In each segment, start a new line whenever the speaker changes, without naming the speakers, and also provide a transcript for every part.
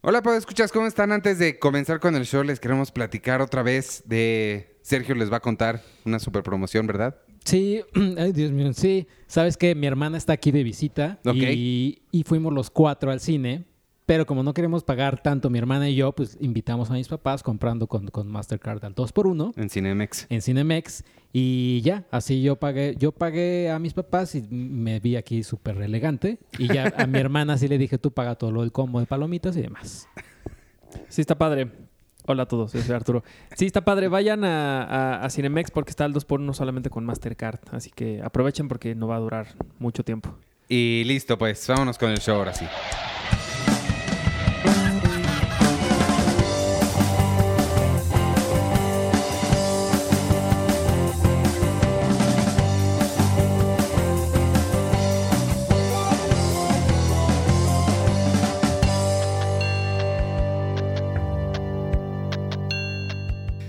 Hola, pues escuchas, ¿cómo están? Antes de comenzar con el show, les queremos platicar otra vez de. Sergio les va a contar una super promoción, ¿verdad?
Sí, ay Dios mío, sí. Sabes que mi hermana está aquí de visita
Ok.
y, y fuimos los cuatro al cine, pero como no queremos pagar tanto mi hermana y yo, pues invitamos a mis papás comprando con, con Mastercard al 2x1
En Cinemex.
en Cinemex y ya, así yo pagué, yo pagué a mis papás y me vi aquí súper elegante y ya a mi hermana sí le dije, tú paga todo lo del combo de palomitas y demás.
Sí, está padre. Hola a todos, yo soy Arturo. Sí, está padre. Vayan a, a- a Cinemex porque está el 2x1 solamente con Mastercard. Así que aprovechen porque no va a durar mucho tiempo.
Y listo, pues, vámonos con el show ahora sí.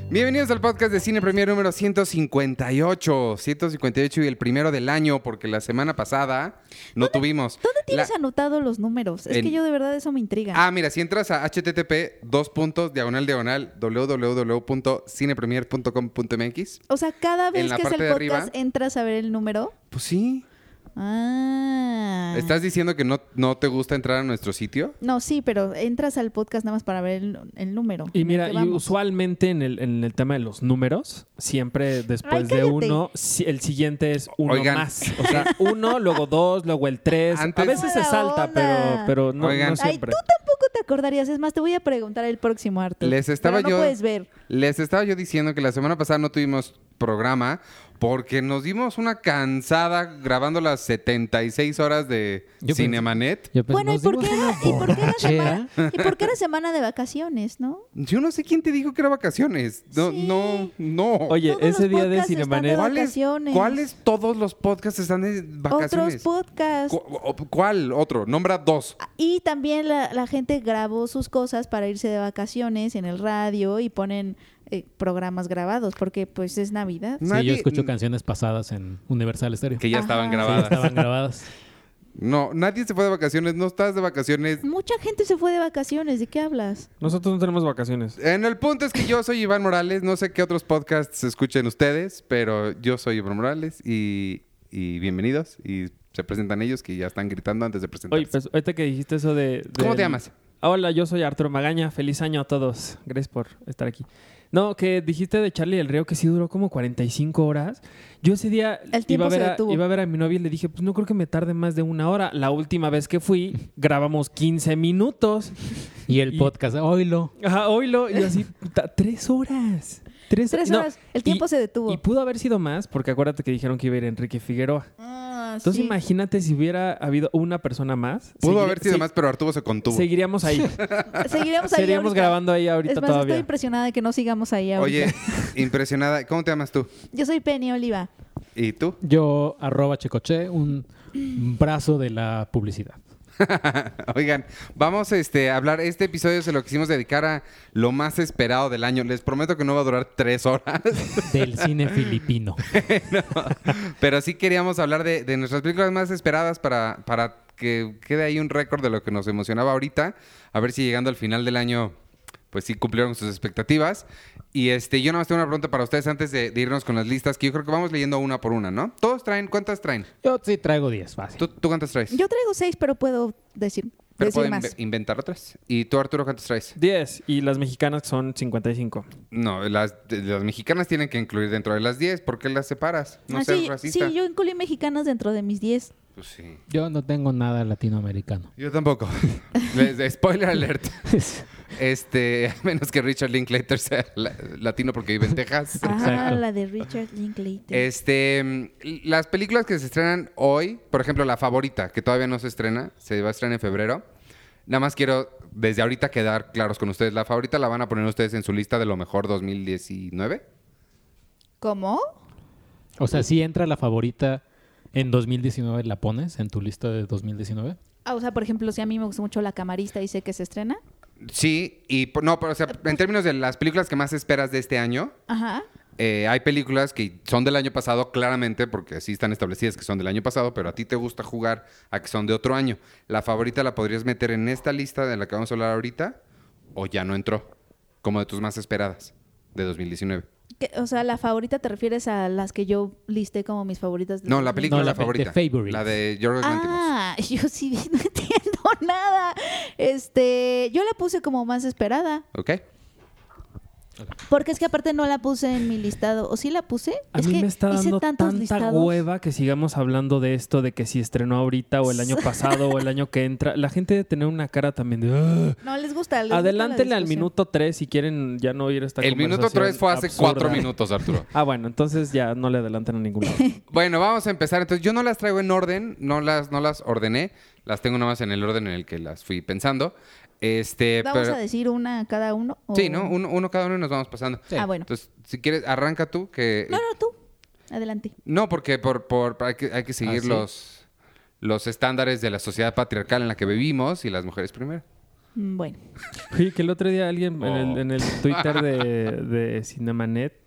Bienvenidos al podcast de Cine Premier número 158. 158 y el primero del año, porque la semana pasada no tuvimos.
¿Dónde tienes
La-
anotado los números? Es
En-
que yo de verdad eso me intriga.
Ah, mira, si entras a http dos puntos diagonal diagonal www.cinepremier.com.mx.
o sea, cada
en
vez
la
que es el
parte
podcast
de arriba.
entras a ver el número.
Pues sí.
Ah.
¿Estás diciendo que no, no te gusta entrar a nuestro sitio?
No, sí, pero entras al podcast nada más para ver el, el número.
Y
en el
mira,
que
y
vamos.
usualmente en el, en el tema de los números, siempre después de
cállate.
uno, si- el siguiente es uno
Oigan.
más. O sea, uno, luego dos, luego el tres.
Antes-
A veces se
Mala
salta,
onda.
pero, pero no,
Oigan.
no
Ay,
Ay, tú
siempre.
tampoco te acordarías. Es más, te voy a preguntar el próximo, Arturo.
Les estaba
Pero
yo-
No puedes ver.
Les estaba yo diciendo que la semana pasada no tuvimos programa porque nos dimos una cansada grabando las 76 horas de
Yo
Cinemanet.
Yo, pues,
bueno, ¿y
nos
por, qué
dimos
era,
una
y por qué era semana,
borrachera.
y por qué era semana de vacaciones, no?
Yo no sé quién te dijo que era vacaciones. No,
Sí.
no, no.
Oye,
Todos
ese
los
día de
podcasts están de
Cinemanet.
vac-
¿Cuáles,
vacaciones.
¿Cuáles todos los podcasts están de vacaciones?
Otros podcasts.
Cu- o- ¿Cuál otro? Nombra dos.
Y también la, la gente grabó sus cosas para irse de vacaciones en el radio y ponen eh, programas grabados porque pues es Navidad.
Sí, yo
Nadie-
escucho canciones pasadas en Universal Stereo.
Que ya estaban
Ajá.
grabadas.
Estaban grabadas.
No, nadie se fue de vacaciones. No estás de vacaciones.
Mucha gente se fue de vacaciones, ¿de qué hablas?
Nosotros no tenemos vacaciones.
En el punto es que yo soy Iván Morales. No sé qué otros podcasts escuchen ustedes, pero yo soy Iván Morales y, y bienvenidos. Y se presentan ellos que ya están gritando antes de
Oye,
presentarse.
pues ahorita que dijiste eso de... de-
¿Cómo te llamas?
Hola, yo soy Arturo Magaña. Feliz año a todos. Gracias por estar aquí. No, que dijiste de Charlie del Río que sí duró como 45 horas. Yo ese día
El
iba
tiempo
a, ver
se
a,
detuvo.
iba a ver a mi novia y le dije, pues no creo que me tarde más de una hora. La última vez que fui, grabamos 15 minutos.
Y el
Y-
podcast, oílo.
Ajá, oílo. Y yo así, puta, tres horas. Tres,
Tres
no,
horas, el tiempo
y-
se detuvo.
Y pudo haber sido más, porque acuérdate que dijeron que iba a ir Enrique Figueroa.
Ah,
Entonces
sí.
imagínate si hubiera habido una persona más.
Pudo
Seguir-
haber sido
se-
más, pero Arturo se contuvo.
Seguiríamos ahí.
Seguiremos ahí
Seguiríamos
ahorita.
grabando ahí ahorita
Es más,
todavía.
estoy impresionada de que no sigamos ahí ahorita.
Oye, impresionada. ¿Cómo te llamas tú?
Yo soy Penny Oliva.
¿Y tú?
Yo, arroba Checoche, un brazo de la publicidad.
Oigan, vamos este, a hablar. Este episodio se lo quisimos dedicar a lo más esperado del año. Les prometo que no va a durar tres horas,
Del cine filipino.
pero sí queríamos hablar de, de nuestras películas más esperadas para, para que quede ahí un récord de lo que nos emocionaba ahorita. A ver si llegando al final del año, pues sí cumplieron sus expectativas. Y este, yo nada más tengo una pregunta para ustedes antes de, de irnos con las listas, que yo creo que vamos leyendo una por una, ¿no? Todos traen, ¿cuántas traen?
Yo sí traigo 10, fácil.
¿Tú, tú cuántas traes?
Yo traigo seis, pero puedo decir,
pero
decir
puedo
más.
inve- inventar otras. ¿Y tú, Arturo, cuántas traes?
10 y las mexicanas son 55.
No, las, de- las mexicanas tienen que incluir dentro de las 10. ¿Por qué las separas? No
Ah,
seas
sí,
racista.
sí, yo incluí mexicanas dentro de mis diez.
Pues sí.
Yo no tengo nada latinoamericano.
Yo tampoco. Les- Spoiler alert. Este, a menos que Richard Linklater sea la- latino porque vive en Texas.
Ah,
Exacto.
la de Richard Linklater.
Este, mm, las películas que se estrenan hoy, por ejemplo, la favorita, que todavía no se estrena, se va a estrenar en febrero. Nada más quiero desde ahorita quedar claros con ustedes. La favorita la van a poner ustedes en su lista de lo mejor 2019.
¿Cómo?
O sea, si entra la favorita en 2019, ¿la pones en tu lista de 2019?
Ah, o sea, por ejemplo, si a mí me gusta mucho La Camarista y sé que se estrena.
Sí, y po- no, pero o sea, en términos de las películas que más esperas de este año,
Ajá.
Eh, hay películas que son del año pasado, claramente, porque así están establecidas que son del año pasado, pero a ti te gusta jugar a que son de otro año. La favorita la podrías meter en esta lista de la que vamos a hablar ahorita, o ya no entró, como de tus más esperadas de 2019.
Que- o sea, la favorita te refieres a las que yo listé como mis favoritas. de
No, la
2000.
película
No,
es
la
la,
pe-
favorita.
The Favourite.
La de George Lantimos.
Ah, yo sí no entiendo nada. Este, yo la puse como más esperada,
¿Ok?
porque es que aparte no la puse en mi listado. ¿O sí la puse?
A
es
mí
que
me está
hice
dando
tantos
tanta
listados.
hueva que sigamos hablando de esto, de que si estrenó ahorita o el año pasado o el año que entra. La gente debe tener una cara también de... "Ugh".
No les gusta. les gusta la
Adelántenle al
discusión.
minuto 3 si quieren ya no oír esta
El minuto 3
3
fue hace cuatro minutos, Arturo.
Ah, bueno, entonces ya no le adelanten a ningún lado.
Bueno, vamos a empezar. Entonces, yo no las traigo en orden, no las, no las ordené. Las tengo nomás en el orden en el que las fui pensando. Este,
Vamos
pero-
a decir una a cada uno. o-
Sí, ¿no? Uno, uno cada uno y nos vamos pasando.
Ah, bueno.
Entonces, si quieres, arranca tú. que
No, no, tú. Adelante.
No, porque por, por, hay, que, hay que seguir
¿Ah, sí?
los, los estándares de la sociedad patriarcal en la que vivimos y las mujeres primero.
Mm, Bueno.
Oye, que el otro día alguien en,
Oh.
el, en el Twitter de, de Cinemanet,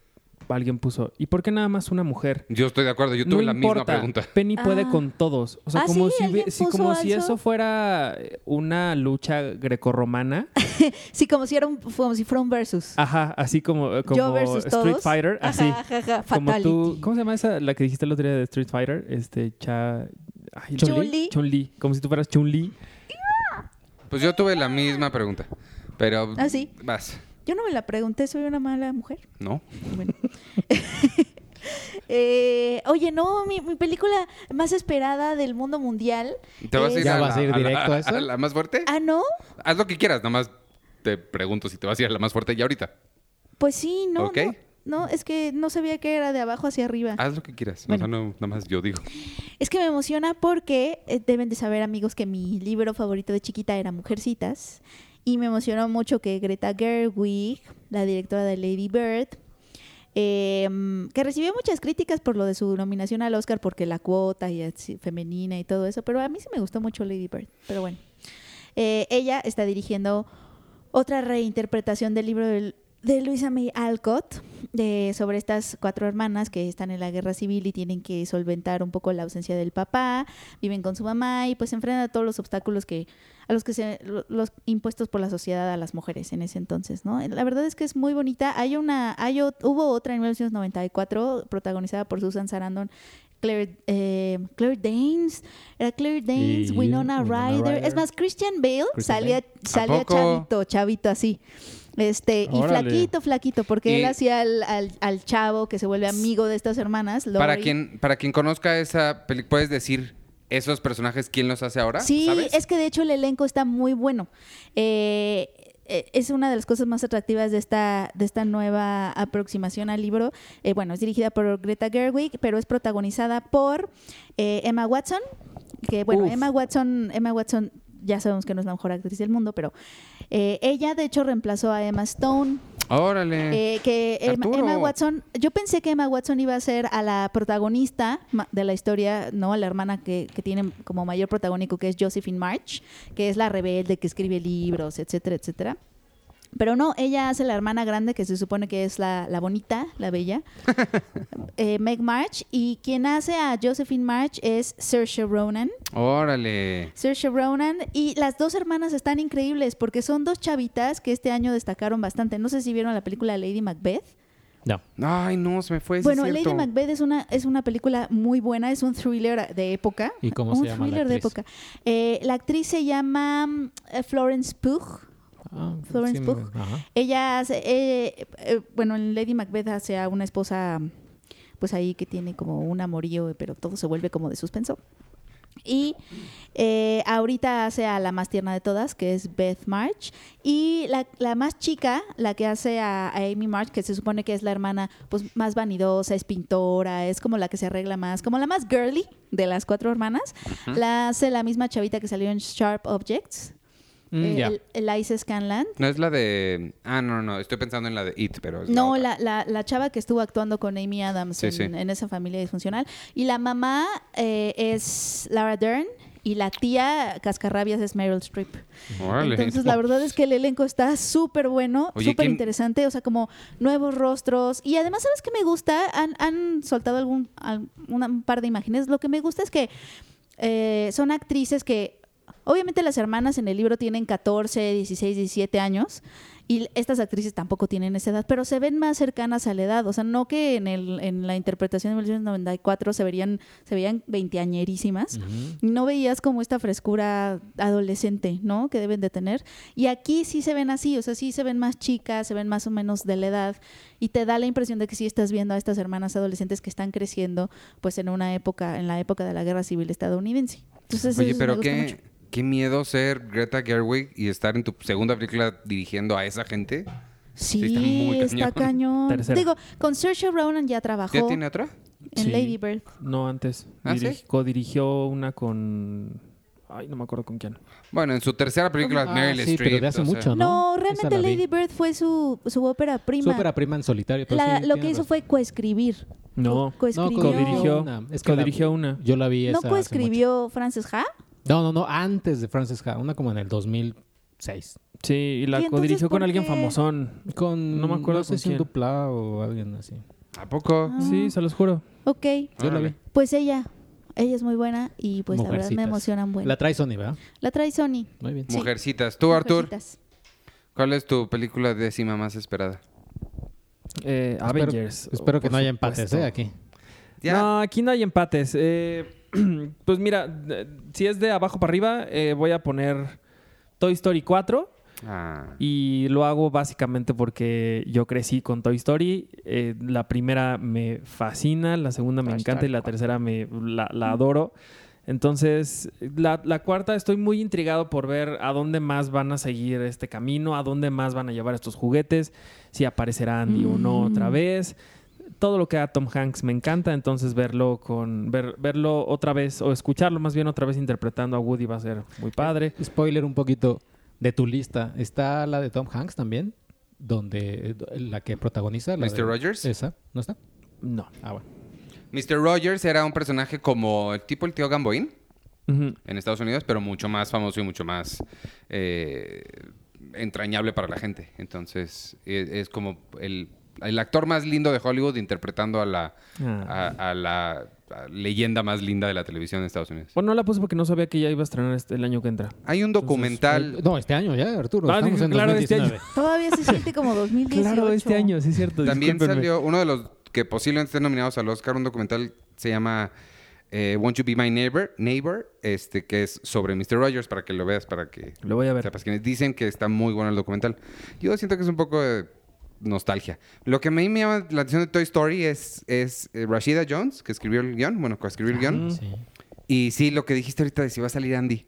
alguien puso, ¿y por qué nada más una mujer?
Yo estoy de acuerdo, yo tuve la misma pregunta.
Penny puede
Ah.
con todos. O sea,
Ah,
como,
sí,
si, hubie-
alguien
si-
puso
como si
eso.
eso fuera eh, una lucha grecorromana.
Sí, como si, era un- como si fuera un versus.
Ajá, así como, eh, como
yo versus
Street
todos.
Fighter,
Ajá,
así.
ajá, ajá,
Como tú,
fatality.
¿Cómo se llama esa, la que dijiste el otro día de Street Fighter? Este, Cha... ay,
Chun-Li.
Chun-Li. Como si tú fueras Chun-Li.
Pues yo tuve la misma pregunta. Pero.
Ah, ¿sí?
Vas.
Yo no me la pregunté, soy una mala mujer.
¿No?
Bueno. Eh, oye, no, mi, mi película más esperada del mundo mundial.
¿Te vas a
es-
ir,
¿Ya
a,
vas
la,
a ir
la-
directo a eso?
la más fuerte?
Ah, no,
Haz lo que quieras, nomás te pregunto si te vas a ir a la más fuerte ya ahorita.
pues sí, no,
Ok.
no, no, es que no sabía que era de abajo hacia arriba.
Haz lo que quieras. O
Bueno.
sea, no, nada más yo digo.
Es que me emociona porque eh, deben de saber, amigos, que mi libro favorito de chiquita era Mujercitas. Y me emocionó mucho que Greta Gerwig, la directora de Lady Bird, eh, mm, que recibió muchas críticas por lo de su nominación al Oscar, porque la cuota y así, femenina y todo eso, pero a mí sí me gustó mucho Lady Bird. Pero bueno, Eh, ella está dirigiendo otra reinterpretación del libro del- de Luisa May Alcott de- sobre estas cuatro hermanas que están en la guerra civil y tienen que solventar un poco la ausencia del papá, viven con su mamá y pues enfrentan a todos los obstáculos que a los que se lo- los impuestos por la sociedad a las mujeres en ese entonces, ¿no? La verdad es que es muy bonita. Hay una hay ot- hubo otra en 1994 protagonizada por Susan Sarandon Claire, eh, Claire Danes, era Claire
Y
Danes, Winona,
Winona
Ryder.
Ryder.
Es más, Christian Bale
Christian
salía, salía
poco?
chavito, chavito así. Este, y
Órale.
flaquito, flaquito, porque
Y-
él hacía al, al- al chavo que se vuelve amigo de estas hermanas.
Para
Lori.
quien, para quien conozca esa película, ¿puedes decir esos personajes quién los hace ahora?
Sí,
¿Sabes?
es que de hecho el elenco está muy bueno. Eh, eh, es una de las cosas más atractivas de esta, de esta nueva aproximación al libro. Eh, bueno, es dirigida por Greta Gerwig, pero es protagonizada por eh, Emma Watson. Que bueno,
Uf.
Emma Watson, Emma Watson, ya sabemos que no es la mejor actriz del mundo, pero eh, ella de hecho reemplazó a Emma Stone.
Órale.
Eh, que Emma,
Arturo.
Emma Watson, yo pensé que Emma Watson iba a ser a la protagonista ma- de la historia, ¿no? A la hermana que, que tiene como mayor protagónico, que es Josephine March, que es la rebelde que escribe libros, etcétera, etcétera. Pero no, ella hace la hermana grande, que se supone que es la, la bonita, la bella, eh, Meg March, y quien hace a Josephine March es Saoirse Ronan.
Órale.
Saoirse Ronan y las dos hermanas están increíbles porque son dos chavitas que este año destacaron bastante. No sé si vieron la película Lady Macbeth.
No.
Ay, no, se me fue. sí
bueno,
es
Lady
cierto.
Macbeth es una es una película muy buena, es un thriller de época.
¿Y cómo se
un
llama la
thriller de
actriz?
época. Eh, la actriz se llama mm, eh, Florence Pugh.
Ah,
Florence
me-
Pugh.
ajá.
Ella hace, eh, eh, bueno, en Lady Macbeth hace a una esposa, pues ahí que tiene como un amorío, pero todo se vuelve como de suspenso. Y eh, ahorita hace a la más tierna de todas, que es Beth March. Y la, la más chica, la que hace a, a Amy March, que se supone que es la hermana pues más vanidosa, es pintora, es como la que se arregla más, como la más girly de las cuatro hermanas, la hace la misma chavita que salió en Sharp Objects,
Mm,
eh,
ya.
el- Eliza Scanlan.
No es la de. Ah, no, no, no. Estoy pensando en la de It, pero. es
No,
otra.
la, la, la chava que estuvo actuando con Amy Adams
Sí,
en,
sí.
en esa familia disfuncional. Y la mamá eh, es Lara Dern y la tía Cascarrabias es Meryl Streep.
Órale.
Entonces, la verdad es que el elenco está súper bueno,
Oye,
súper
¿quién-
interesante. O sea, como nuevos rostros. Y además, ¿sabes qué me gusta? Han, han soltado algún, al- una- un par de imágenes. Lo que me gusta es que eh, son actrices que Obviamente las hermanas en el libro tienen 14, 16, 17 años y estas actrices tampoco tienen esa edad, pero se ven más cercanas a la edad. O sea, no que en, el, en la interpretación de 1994 se verían se veían veinteañerísimas. No veías como esta frescura adolescente, ¿no? Que deben de tener. Y aquí sí se ven así, o sea, sí se ven más chicas, se ven más o menos de la edad y te da la impresión de que sí estás viendo a estas hermanas adolescentes que están creciendo, pues en una época, en la época de la Guerra Civil estadounidense. Entonces,
Oye,
eso me
pero
gusta
qué,
mucho.
qué miedo ser Greta Gerwig y estar en tu segunda película dirigiendo a esa gente.
Sí,
está
está,
muy cañón.
cañón.
Tercera.
Digo, con Saoirse Ronan ya trabajó
¿Ya tiene otra?
en
Sí.
Lady Bird.
No, antes.
¿Ah, sí?
Dirij- Codirigió una con. Ay, no me acuerdo con quién.
Bueno, en su tercera película,
Ah,
Meryl
sí,
Streep.
pero de hace
o sea.
mucho, ¿no?
No, realmente
Esa la vi.
Lady Bird fue su, su ópera prima.
Su ópera prima en solitario. pero
La-
sí,
lo que
tienes
hizo
razón.
fue coescribir.
No.
Co- coescribió.
No,
Codirigió.
Una. Es que la-
Codirigió una.
Yo la vi
¿No
esa. hace
coescribió Frances Ha?
mucho. No, no, no. Antes de Frances Ha. Una como en el 2006.
Sí, y
¿Y
la
entonces
codirigió con
por
alguien
qué?
famosón.
Con.
No me acuerdo
No sé
con
si un
quién.
dupla o alguien así.
¿A poco?
Ah.
Sí, se los juro.
Ok,
Yo la vi.
Órale.
pues ella. Ella es muy buena y pues la verdad me
Mujercitas.
emocionan bueno.
La
La,
trae Sony, ¿verdad?
trae Sony.
Muy bien.
Sí.
Mujercitas. Tú, Artur,
Mujercitas.
¿cuál es tu película décima más esperada?
Eh, Avengers.
Espero que
por
no haya empates,
supuesto.
¿eh? Aquí.
No, aquí no hay empates. Eh, pues mira, de- si es de abajo para arriba, eh, voy a poner Toy Story 4.
Ah.
Y lo hago básicamente porque yo crecí con Toy Story. Eh, la primera me fascina, la segunda me
Toy
encanta y
Story
la
cuatro.
tercera me la, la adoro. Entonces, la, la cuarta estoy muy intrigado por ver a dónde más van a seguir este camino, a dónde más van a llevar estos juguetes, si aparecerá Andy o no otra
Mm.
vez. Todo lo que a Tom Hanks me encanta, entonces verlo con ver- verlo otra vez o escucharlo más bien otra vez interpretando a Woody va a ser muy padre.
Spoiler un poquito de tu lista. Está la de Tom Hanks también, donde eh, la que protagoniza. La
¿Mr.
de-
Rogers?
Esa, ¿no está?
No.
Ah, bueno.
Mr. Rogers era un personaje como el tipo el tío Gamboín
Ujú.
en Estados Unidos, pero mucho más famoso y mucho más eh, entrañable para la gente. Entonces, e- es como el, el actor más lindo de Hollywood interpretando a la,
Ah.
a, a la a leyenda más linda de la televisión de Estados Unidos.
Bueno, no la puse porque no sabía que ya iba a estrenar este- el año que entra.
Hay un
Eh,
documental.
No, este año ya, Arturo.
Ah,
Estamos en
claro, este
2019.
Todavía se siente como
este
2018.
sí es cierto.
También
discúlpenme.
salió uno de los que posiblemente estén nominados al Oscar, un documental se llama eh, Won't You Be My Neighbor, Neighbor, este que es sobre Mr. Rogers para que lo veas, para que
Lo voy a ver.
sepas quién es. Dicen pues, que está muy bueno el documental. Yo siento que es un poco de nostalgia. Lo que a mí me llama la atención de Toy Story es, es eh, Rashida Jones, que escribió el guión, bueno, que escribió el guión.
Sí.
Y sí, lo que dijiste ahorita de si va a salir Andy.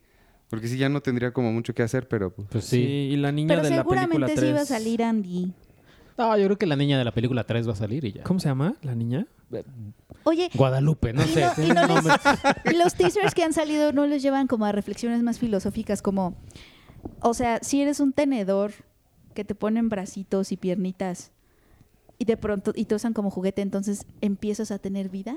Porque sí, ya no tendría como mucho que hacer, pero... pues,
Pues
Sí,
sí.
y la niña
Pero
de la película
seguramente
3.
sí iba a salir Andy.
No, yo creo que la niña de la película 3 va a salir y ya.
¿Cómo se llama la niña?
Oye,
Guadalupe, no
y
sé.
no-
tiene
y no
un nombre.
les- los teasers que han salido no les llevan como a reflexiones más filosóficas como, o sea, si eres un tenedor que te ponen bracitos y piernitas y de pronto y te usan como juguete, entonces empiezas a tener vida.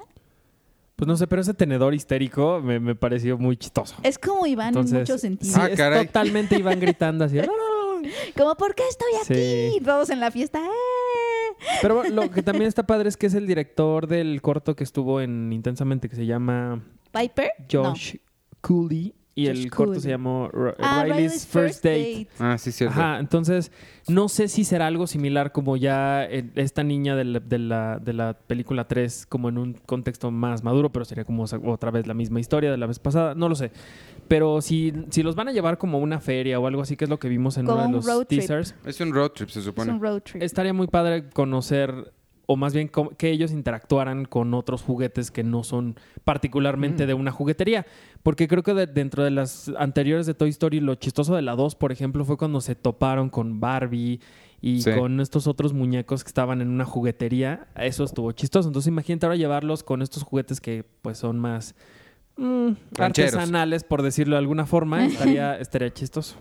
Pues no sé, pero ese tenedor histérico me, me pareció muy chistoso.
Es como Iván en
Entonces,
muchos
sí,
sentidos.
Ah,
es
caray.
totalmente iban gritando así. "No, no, no".
Como, ¿por qué estoy aquí?
Sí.
Todos en la fiesta. ¡eh!
Pero bueno, lo que también está padre es que es el director del corto que estuvo en Intensamente que se llama
¿Piper? No.
Josh Cooley y
Josh
el corto
Cooley.
se llamó Ri-
Ah,
Riley's, First Date.
Ah, sí, cierto.
Ajá, entonces no sé si será algo similar como ya eh, esta niña de la, de la- de la película 3, como en un contexto más maduro, pero sería como sa- otra vez la misma historia de la vez pasada, no lo sé. Pero si, si los van a llevar como a una feria o algo así, que es lo que vimos en
Como
uno de
un
los
road trip.
teasers,
Es un road trip, se supone.
Es un road trip.
estaría muy padre conocer o más bien com- que ellos interactuaran con otros juguetes que no son particularmente
Mm.
de una juguetería. Porque creo que de- dentro de las anteriores de Toy Story, lo chistoso de la 2, por ejemplo, fue cuando se toparon con Barbie y
Sí.
con estos otros muñecos que estaban en una juguetería. Eso estuvo chistoso. Entonces imagínate ahora llevarlos con estos juguetes que pues son más mm,
Rancheros.
artesanales, por decirlo de alguna forma. Estaría, estaría chistoso.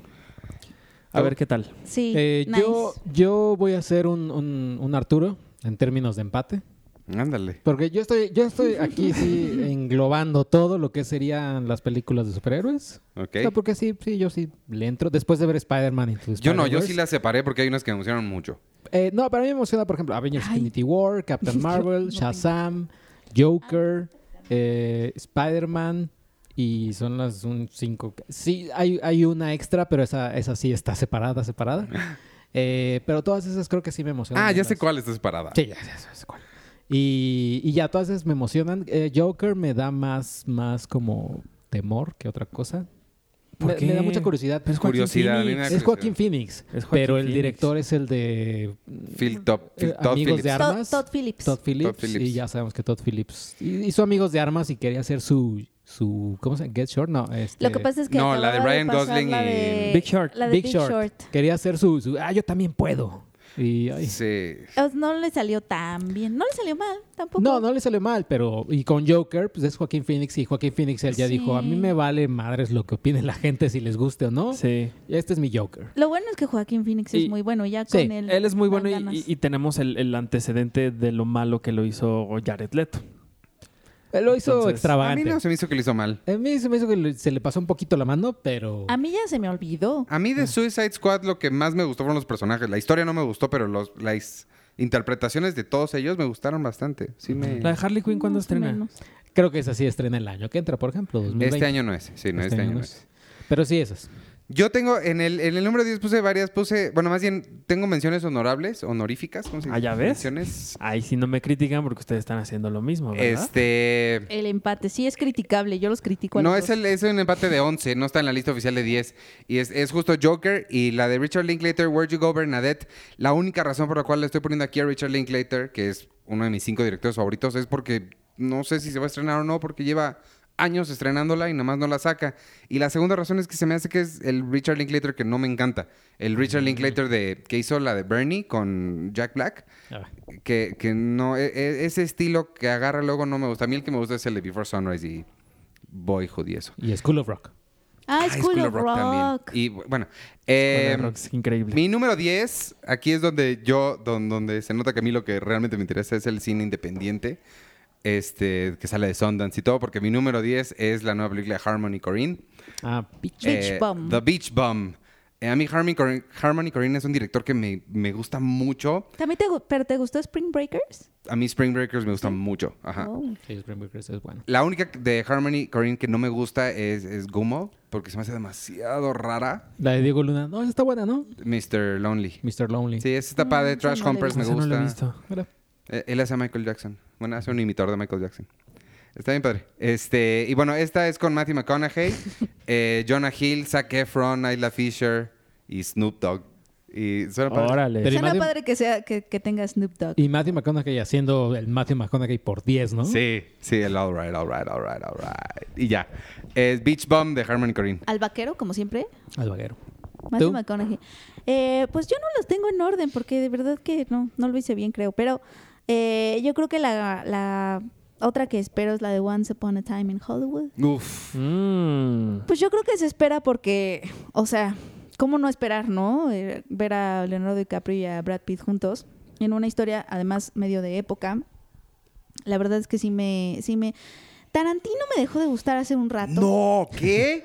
A
¿Tú?
ver qué tal.
Sí,
Eh,
nice.
yo, yo voy a hacer un, un- un Arturo en términos de empate.
Ándale.
Porque yo estoy, yo estoy aquí sí englobando todo lo que serían las películas de superhéroes.
Ok.
O sea, porque sí, sí, yo sí le entro. Después de ver Spider-Man Into
Yo no, yo sí
Spider-Verse.
las separé porque hay unas que me emocionaron mucho.
Eh, no, para mí me emociona, por ejemplo, Avengers
Ay.
Infinity War, Captain
Yo no
Marvel,
tengo.
Shazam, Joker, eh, Spider-Man, Y son las un cinco. Sí, hay, hay una extra, pero esa, esa sí está separada, separada. Eh, pero todas esas creo que sí me emocionan.
Ah, ya sé
más.
cuál está separada.
Sí, ya, ya sé cuál. Y, y ya todas esas me emocionan. Eh, Joker me da más, más como temor que otra cosa.
¿Por
me,
qué?
me da mucha curiosidad.
Es Joaquín
Curiosidad,
Phoenix.
Lina.
Es Joaquín Phoenix,
Es Joaquín
pero el
Phoenix.
director es el de
Phil Top. Phil
eh,
Todd
Amigos de
Phillips.
Ar-
Todd,
armas.
Todd Phillips.
Todd Phillips,
Phillips.
y ya sabemos que Todd Phillips hi- hizo amigos de armas y quería hacer su su ¿cómo se llama? Get Short, no, este,
Lo que pasa es que
No, la de
acababa
Ryan
pasar
Gosling
la
y-
de-
eh, Big Short.
La de
Big, Short. Quería hacer su, su, ah yo también puedo. Y ay,
Sí.
O sea, Oh, No le salió tan bien. No le salió mal tampoco.
No, no le salió mal, pero y con Joker, pues es Joaquín Phoenix y Joaquín Phoenix él ya
Sí.
dijo, a mí me vale madres lo que opine la gente si les guste o no.
Sí.
Este es mi Joker.
Lo bueno es que Joaquín Phoenix
Y-
es muy bueno. Ya
sí,
con él.
Él es muy
dan
bueno y,
ganas.
y- y tenemos el, el antecedente de lo malo que lo hizo Jared Leto.
Eh, Lo hizo
Entonces,
A
extravagante.
mí no se me hizo que lo hizo mal.
A mí se me hizo que le- se le pasó un poquito la mano, pero
A mí ya se me olvidó.
A mí de Suicide Squad lo que más me gustó fueron los personajes. La historia no me gustó, pero los, las interpretaciones de todos ellos me gustaron bastante. Sí me...
¿La de Harley Quinn cuándo
Más o
estrena?
menos.
creo que esa sí estrena el año que entra, por ejemplo, 2020.
Este año no es. Sí, no, este, año no es.
Pero sí esas.
Yo tengo, en el, en el número 10 puse varias, puse, bueno, más bien, tengo menciones honorables, honoríficas, ¿cómo se dice?
Ah, ¿ya ves?
Menciones.
Ay, si no me critican porque ustedes están haciendo lo mismo, ¿verdad?
Este...
El empate sí es criticable. Yo los critico. a
No,
los
es,
dos.
el, es un empate de 11, no está en la lista oficial de 10. Y es, es justo Joker y la de Richard Linklater, Where You Go Bernadette. La única razón por la cual le estoy poniendo aquí a Richard Linklater, que es uno de mis cinco directores favoritos, es porque no sé si se va a estrenar o no, porque lleva años estrenándola y nada más no la saca. Y la segunda razón es que se me hace que es el Richard Linklater que no me encanta. El Richard Linklater de, que hizo la de Bernie con Jack Black
Ah,
que, que no, e- e- ese estilo que agarra luego no me gusta. A mí el que me gusta es el de Before Sunrise y Boyhood y eso.
Y School of Rock.
Ah,
Ah,
School, of Rock.
Y bueno,
Bueno,
eh,
Rock, es increíble.
mi número 10, aquí es donde yo, don- donde se nota que a mí lo que realmente me interesa es el cine independiente, este, que sale de Sundance y todo, porque mi número 10 es la nueva película de Harmony Corrine.
Ah, bitch.
Beach
Eh,
Bum.
The Beach Bum. Eh, a mí Harmony Corrine, Harmony Corrine es un director que me, me gusta mucho.
¿También te, gu- pero te gustó Spring Breakers?
A mí Spring Breakers me gusta mucho. Ajá.
Oh.
Sí, Spring Breakers es bueno.
La única de Harmony Corrine que no me gusta es, es Gumo, porque se me hace demasiado rara.
La de Diego Luna. No, esa está buena, ¿no?
Mr. Lonely.
Mr. Lonely.
Sí, es esta pa de
Mm,
Trash
esa no la he
Humpers, me
Esa
gusta.
Pues no la he visto.
Mira.
Eh, Él hace a Michael Jackson. Bueno, hace un imitador de Michael Jackson. Está bien padre. Este, y bueno, esta es con Matthew McConaughey, eh, Jonah Hill, Zac Efron, Isla Fisher y Snoop Dogg. Y suena padre.
Órale.
Pero
Suena
Matthew-
padre que, sea, que, que tenga Snoop Dogg.
Y Matthew McConaughey haciendo el Matthew McConaughey por 10, ¿no?
Sí, sí, el all right, all right, all right, all right. Y ya. Es Beach Bum de Harmony Corrine.
Al vaquero, como siempre.
Al vaguero.
Matthew
¿Tú?
McConaughey. Eh, pues yo no los tengo en orden porque de verdad que no, no lo hice bien, creo. Pero eh, yo creo que la, la otra que espero es la de Once Upon a Time in Hollywood.
Uf.
Mm.
Pues yo creo que se espera porque, o sea, ¿cómo no esperar, no? Eh, ver a Leonardo DiCaprio y a Brad Pitt juntos en una historia, además, medio de época. La verdad es que sí me, sí me... Tarantino me dejó de gustar hace un rato.
No, ¿qué?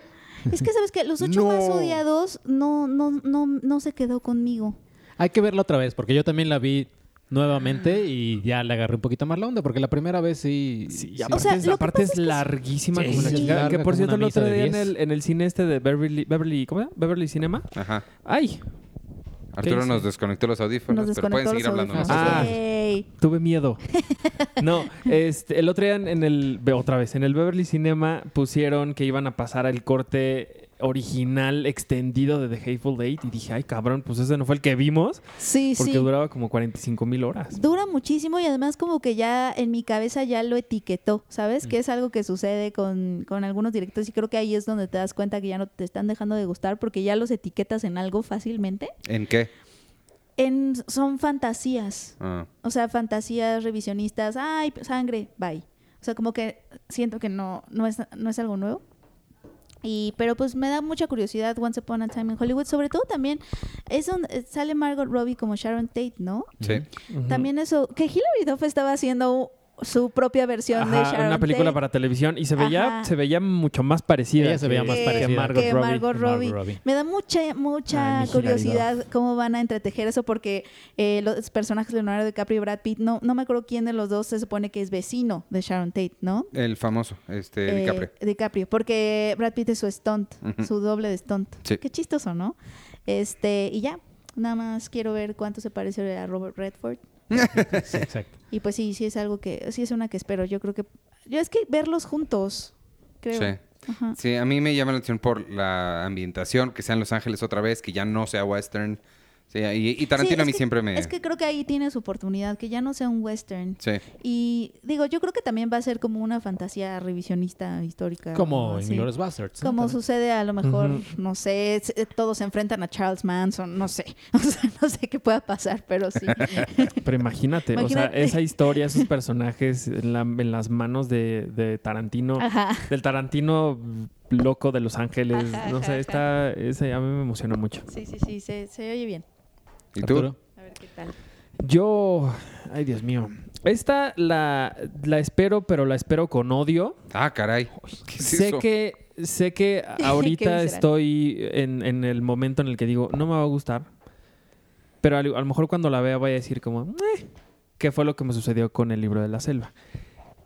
Es que, ¿sabes que Los ocho
No.
más odiados no, no, no, no se quedó conmigo.
Hay que verla otra vez, porque yo también la vi nuevamente y ya le agarré un poquito más la onda, porque la primera vez sí.
Sí, y
sí.
aparte,
O sea,
es,
lo que
aparte
pasa
es
es que-
larguísima
Sí,
como la
sí.
chingada. Que
Larga
por
como
cierto,
una
el otro
misa de
día en
10.
el, en el cine este de Beverly, Beverly, ¿cómo era? Beverly Cinema.
Ajá.
Ay,
Arturo
hice?
nos desconectó los audífonos,
Nos
pero pueden
desconectó
seguir
los
hablando.
audífonos.
nosotros.
Ah.
Ey.
tuve miedo. No, este, el otro día en en el, ve- otra vez, en el Beverly Cinema pusieron que iban a pasar el corte original extendido de The Hateful Eight y dije, ay cabrón, pues ese no fue el que vimos
Sí,
porque
sí.
duraba como 45 mil horas.
Dura muchísimo y además como que ya en mi cabeza ya lo etiquetó, ¿sabes? Que es algo que sucede con, con algunos directores y creo que ahí es donde te das cuenta que ya no te están dejando de gustar porque ya los etiquetas en algo fácilmente.
Ah.
¿En qué?
En, son fantasías,
Ah.
o sea, fantasías revisionistas, ay, sangre, bye. O sea, como que siento que no, no, es, no es algo nuevo. Y, pero pues me da mucha curiosidad Once Upon a Time in Hollywood, sobre todo también es donde sale Margot Robbie como Sharon Tate, ¿no?
Sí.
Ujú.
También eso, que Hilary Duff estaba haciendo su propia versión
Ajá,
de Sharon
una película
Tate
para televisión y se veía,
Ajá.
se veía mucho más parecida.
Ella se veía
que-
más
que-
parecida.
que Margot
que
Robbie. Ah,
Margot Robbie.
Margot Robbie.
Me da mucha, mucha
Ay, mi
curiosidad cómo van a entretejer eso porque eh, los personajes de Leonardo DiCaprio y Brad Pitt, no, no me acuerdo quién de los dos se supone que es vecino de Sharon Tate, ¿no?
El famoso, este,
Eh,
DiCaprio.
DiCaprio, porque Brad Pitt es su stunt,
Ujú.
su doble de stunt.
Sí.
Qué chistoso, ¿no? Este, y ya, nada más quiero ver cuánto se parece a Robert Redford.
Sí, exacto.
Y pues sí, sí es algo que, sí es una que espero. Yo creo que, yo es que verlos juntos, creo.
Sí.
Ajá.
Sí, a mí me llama la atención por la ambientación, que sea en Los Ángeles otra vez, que ya no sea western. Sí, y, y Tarantino
Sí, es
a mí
que-
siempre me...
Es que creo que ahí tiene su oportunidad, que ya no sea un western.
Sí.
Y digo, yo creo que también va a ser como una fantasía revisionista histórica.
Como
algo
en
así.
Inglourious Basterds. ¿no?
Como
También.
sucede a lo mejor,
Ujú.
no sé, es- eh, todos se enfrentan a Charles Manson, no sé, o sea, no sé qué pueda pasar, pero sí.
Pero imagínate, o sea,
Imagínate.
esa historia, esos personajes en, la- en las manos de, de Tarantino,
Ajá.
del Tarantino loco de Los Ángeles,
Ajá,
no sé,
ajá,
está, ese a mí me emociona mucho.
Sí, sí, sí, se, se oye bien.
¿Y
Arturo.
tú?
A ver qué tal.
Yo, ay Dios mío, esta la, la espero, pero la espero con odio.
Ah, caray. ¿Qué es
sé
eso?
que sé que
visceral.
ahorita estoy en, en el momento en el que digo, no me va a gustar, pero al- a, lo mejor cuando la vea voy a decir como, "Meh", ¿qué fue lo que me sucedió con el libro de la selva?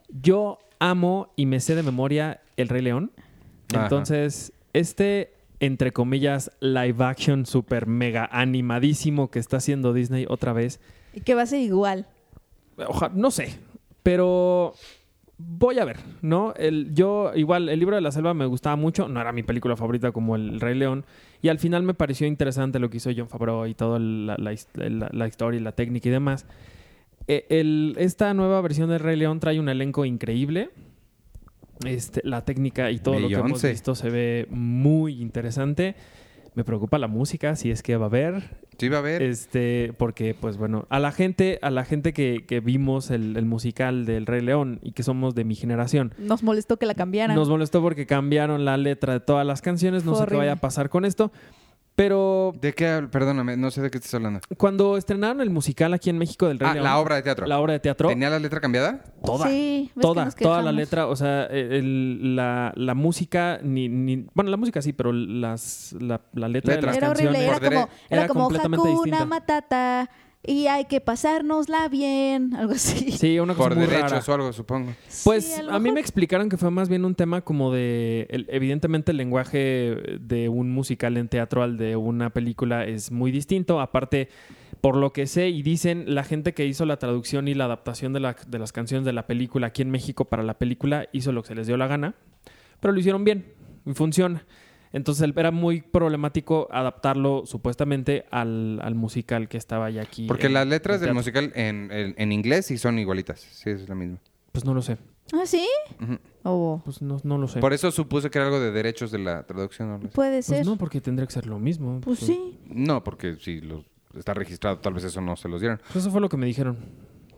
Yo amo y me sé de memoria El Rey León.
Ajá.
Entonces, este, entre comillas, live action super mega animadísimo que está haciendo Disney otra vez,
Y que va a ser igual.
Oja- no sé, pero voy a ver, ¿no? El, yo igual, el libro de la selva me gustaba mucho, no era mi película favorita como El Rey León, y al final me pareció interesante lo que hizo John Favreau y toda la, la his- la- la historia y la técnica y demás. Eh, el- esta nueva versión del Rey León trae un elenco increíble. Este, la técnica y todo lo que hemos
Beyoncé.
visto se ve muy interesante. Me preocupa la música, si es que va a haber.
Sí, iba a ver.
Este, porque, pues bueno, a la gente, a la gente que, que vimos el, el musical del Rey León y que somos de mi generación,
Nos molestó que la cambiaran.
nos molestó porque cambiaron la letra de todas las canciones. No
Fue
sé qué vaya a
horrible.
pasar con esto. Pero
¿De qué? hab- Perdóname, no sé de qué estás hablando.
cuando estrenaron el musical aquí en México del Rey
Ah,
León,
la obra de teatro.
la obra de teatro,
¿Tenía Pues la letra cambiada?
toda.
Sí, ves que
Toda,
nos
toda la
quejamos.
letra, o sea, e, el- la, la música, ni, ni- bueno, la música sí, pero las, la, la letra, de
Letra.
las
Era horrible,
canciones.
era
Por
como,
dere-
era
era
como
completamente
Hakuna
distinta.
Matata y hay que pasárnosla bien, algo así.
Sí, una cosa
Por
muy
derechos
rara.
o algo, supongo.
Pues
Sí, lo
a, mí
mejor.
me explicaron que fue más bien un tema como de, el- evidentemente el lenguaje de un musical en teatro al de una película es muy distinto, aparte por lo que sé y dicen la gente que hizo la traducción y la adaptación de, la- de las canciones de la película aquí en México para la película hizo lo que se les dio la gana, pero lo hicieron bien y funciona. Entonces el- era muy problemático adaptarlo supuestamente al, al musical que estaba ya aquí.
Porque
en-
las
en
letras del
teatro.
musical en, en- en inglés sí son igualitas. Sí, es la misma.
Pues no lo sé,
¿Ah, sí?
Ujú.
Oh,
pues no, no lo sé.
Por eso supuse que era algo de derechos de la traducción. o algo así.
puede ser.
Pues no, porque tendría que ser lo mismo.
Pues sí.
No, porque si los- está registrado, tal vez eso no se los dieron.
Pues eso fue lo que me dijeron.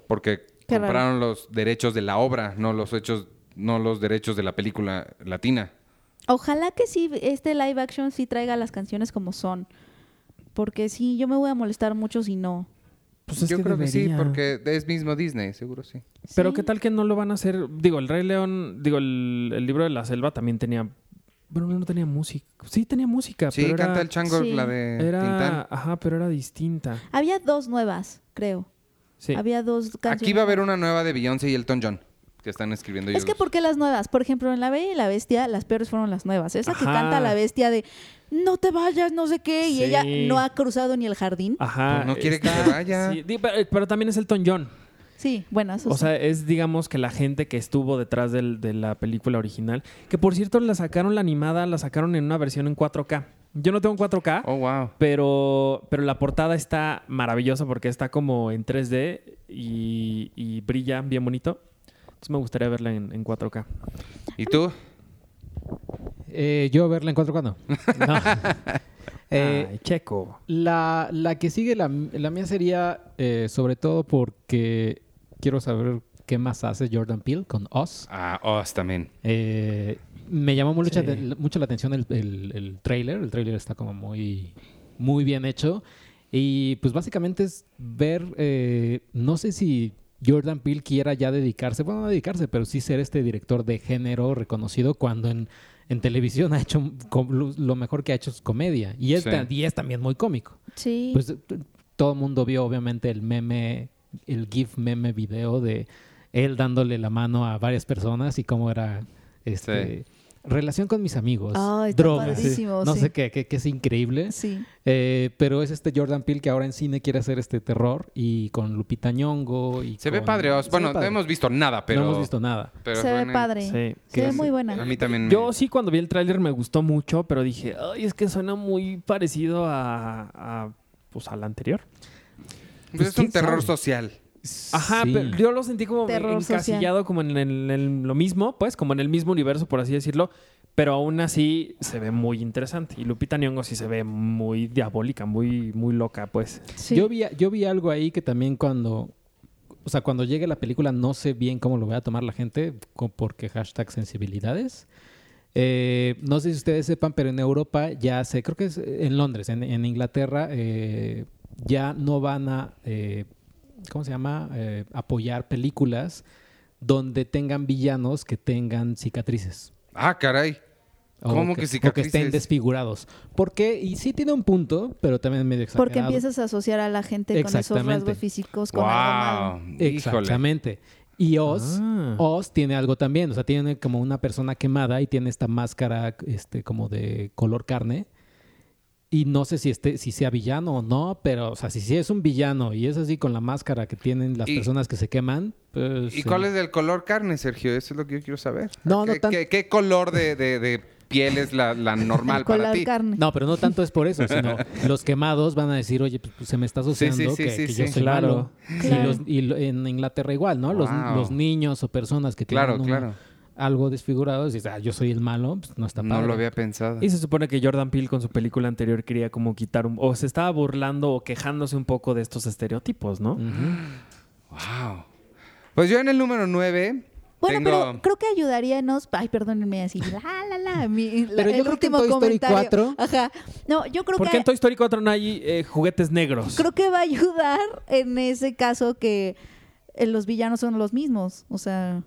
Porque
Qué raro.
compraron los derechos de la obra, no los hechos, no los derechos de la película latina.
Ojalá que sí, este live action sí traiga las canciones como son. Porque sí, yo me voy a molestar mucho si no.
Pues es
Yo
que
creo que sí,
debería.
porque es mismo Disney, seguro sí.
Pero
Sí.
qué tal que no lo van a hacer. Digo, el Rey León, digo, el, el libro de la selva también tenía. Bueno, no tenía música. Sí, tenía música,
Sí,
pero
canta
era.
el chango,
sí.
la de
era-
Tintán.
Ajá, pero era distinta.
Había dos nuevas, creo.
Sí.
Había dos canciones.
Aquí va a haber una nueva de Beyoncé y Elton John, que están escribiendo
Es
ellos
que
dos.
¿por qué las nuevas? Por ejemplo, en La Bella y la Bestia, las peores fueron las nuevas. Esa que
Ajá.
canta la bestia de no te vayas, no sé qué, y
Sí.
ella no ha cruzado ni el jardín.
Ah.
Ajá.
Pues no quiere que se vaya.
sí, di- pero, pero también es Elton John.
Sí, bueno, eso
O
sí.
sea, es digamos que la gente que estuvo detrás del- de la película original. Que por cierto, la sacaron la animada, la sacaron en una versión en 4K. Yo no tengo 4K.
Oh, wow.
Pero, pero la portada está maravillosa porque está como en 3D y, y brilla bien bonito. Entonces me gustaría verla en, en 4K.
¿Y tú?
Eh, yo verla en cuatro cuando. No.
Ah.
Eh,
Ay, checo.
La, la que sigue, la, la mía sería eh, sobre todo porque quiero saber qué más hace Jordan Peele con Oz.
Ah, Oz también.
Eh, me llamó mucho,
Sí.
la- mucho la atención el, el, el trailer. El trailer está como muy, muy bien hecho. Y pues básicamente es ver, eh, no sé si Jordan Peele quiera ya dedicarse, bueno, no dedicarse, pero sí ser este director de género reconocido cuando en, en televisión ha hecho com- lo- lo mejor que ha hecho es comedia. Y es,
Sí.
ta- y es también muy cómico.
Sí.
Pues t- todo el mundo vio obviamente el meme, el GIF meme video de él dándole la mano a varias personas y cómo era este relación con mis amigos,
Ah, está
drogas,
padrísimo,
no
sí.
sé qué, que, que es increíble.
sí.
Eh, pero es este Jordan Peele que ahora en cine quiere hacer este terror y con Lupita Ñongo y
Se ve
con-
padre. Oz.
se ve
Bueno,
padre.
no hemos visto nada, pero.
no hemos visto nada.
pero
se ve
suena-
padre.
Sí.
Se ve
Sí.
muy
A
buena.
mí también. me-
Yo sí cuando vi el tráiler me gustó mucho, pero dije, ay, es que suena muy parecido a, a pues al anterior.
Pues es
quién
un terror
sabe.
social.
Ajá,
Sí.
pero yo lo sentí como
Terror
encasillado como en, el- en lo mismo, pues, como en el mismo universo, por así decirlo. Pero aún así se ve muy interesante. Y Lupita Nyong'o sí se ve muy diabólica, muy, muy loca, pues.
Sí.
Yo, vi, yo vi algo ahí que también cuando... O sea, cuando llegue la película no sé bien cómo lo va a tomar la gente co- porque hashtag sensibilidades. Eh, no sé si ustedes sepan, pero en Europa ya se... Creo que es en Londres, en, en Inglaterra, eh, ya no van a... eh, ¿Cómo se llama? Eh, apoyar películas donde tengan villanos que tengan cicatrices.
Ah, caray.
O
¿Cómo que
o que estén
cicatrices?
desfigurados. Porque, y sí tiene un punto, pero también es medio exagerado.
Porque empiezas a asociar a la gente con esos
Exactamente.
rasgos físicos con algo malo.
Wow. Híjole.
Exactamente. Y Oz,
Ah.
Oz tiene algo también. O sea, tiene como una persona quemada y tiene esta máscara este, como de color carne. Y no sé si, este, si sea villano o no, pero, o sea, si sí es un villano y es así con la máscara que tienen las
Y-
personas que se queman, pues...
¿Y
sí.
cuál es el color carne, Sergio? Eso es lo que yo quiero saber.
No, no
¿Qué,
tan-
qué, qué color de, de- de piel es la, la normal
con
para
la
ti?
carne.
No, pero no tanto es por eso, sino los quemados van a decir, oye, pues, pues, se me está asociando
Sí, sí, sí,
que,
sí,
que yo
sí.
soy
Claro.
malo.
Claro.
Y, los- y lo- en Inglaterra igual, ¿no? Los,
Wow.
los niños o personas que tienen
Claro,
un-
claro.
algo desfigurado, dices, ah, yo soy el malo, pues no está
No
padre.
lo había pensado.
Y se supone que Jordan Peele con su película anterior quería como quitar un- o se estaba burlando o quejándose un poco de estos estereotipos, ¿no?
Ujú.
Wow. Pues yo en el número 9
Bueno,
tengo...
pero creo que ayudaríanos. Ay, perdónenme así. La, la, la. mi- la-
Pero yo
el
creo que
último
en Toy Story
comentario.
4.
Ajá. No, yo creo
¿Por
que
qué en Toy Story 4 no hay eh, juguetes negros?
creo que va a ayudar en ese caso que eh, los villanos son los mismos. O sea,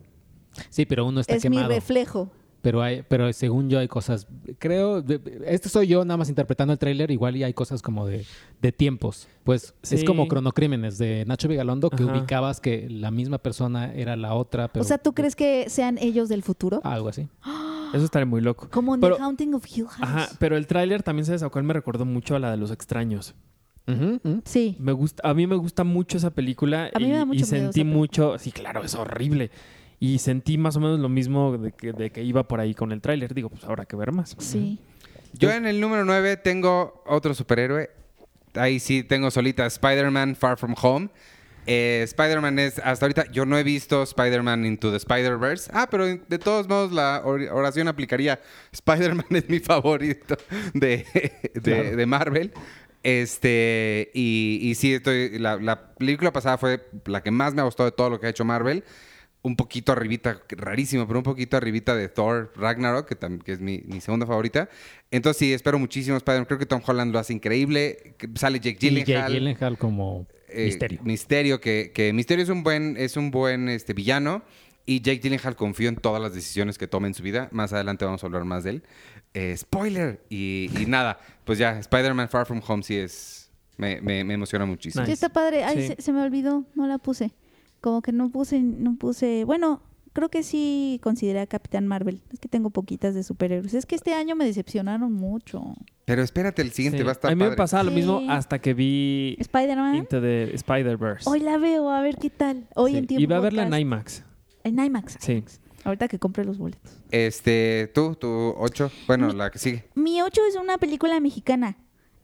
Sí, pero uno está
es
quemado.
mi reflejo.
Pero hay, pero según yo hay cosas, creo, de- de- este soy yo nada más interpretando el tráiler, igual y hay cosas como de, de tiempos. Pues es
Sí.
como cronocrímenes de Nacho Vigalondo que
Ajá.
ubicabas que la misma persona era la otra, pero
o sea, ¿tú crees que sean ellos del futuro?
algo así.
Eso estaría muy loco.
Como en
Ah, Pero-
The Haunting of Hill House.
Ajá, pero el tráiler también se desacó, me recordó mucho a la de los extraños.
Ujú, ujú.
Sí.
Me gusta, a mí me gusta mucho esa película
A mí
y,
me da mucho
y
miedo esa
sentí
película.
mucho, sí, claro, es horrible. Y sentí más o menos lo mismo de que, de que iba por ahí con el tráiler. Digo, pues habrá que ver más.
Sí.
Yo en el número 9 tengo otro superhéroe. Ahí sí tengo solita Spider-Man Far From Home. Eh, Spider-Man es, hasta ahorita yo no he visto Spider-Man Into the Spider-Verse. Ah, pero de todos modos la or- oración aplicaría. Spider-Man es mi favorito de, de- de Marvel. Este, y, y sí, estoy, la, la película pasada fue la que más me ha gustado de todo lo que ha hecho Marvel un poquito arribita, rarísimo, pero un poquito arribita de Thor Ragnarok, que, tam- que es mi, mi segunda favorita. Entonces sí, espero muchísimo Spider-Man. Creo que Tom Holland lo hace increíble. Que Sale Jake
Y Jake
Gyllenhaal.
Gyllenhaal como
eh,
misterio.
Misterio, que, que Misterio es un buen, es un buen este, villano. Y Jake Gyllenhaal confió en todas las decisiones que toma en su vida. Más adelante vamos a hablar más de él. Eh, spoiler. Y, y nada, pues ya, Spider-Man Far From Home sí es... Me, me- me emociona muchísimo.
Nice.
Sí, está padre. Ay,
Sí.
se, se me olvidó, no la puse. Como que no puse, no puse. Bueno, creo que sí consideré a Capitán Marvel. Es que tengo poquitas de superhéroes. Es que este año me decepcionaron mucho.
Pero espérate, el siguiente
Sí.
va a estar
a mí me
padre.
pasaba lo
Sí.
mismo hasta que vi
Spider-Man.
Into the Spider-Verse.
Hoy la veo, a ver qué tal. Hoy
Sí,
en tiempo.
Y va a verla en
podcast.
IMAX.
en IMAX.
Sí.
Ahorita que compre los boletos.
Este, tú, tu 8. Bueno,
Mi-
la que sigue.
Mi 8 es una película mexicana.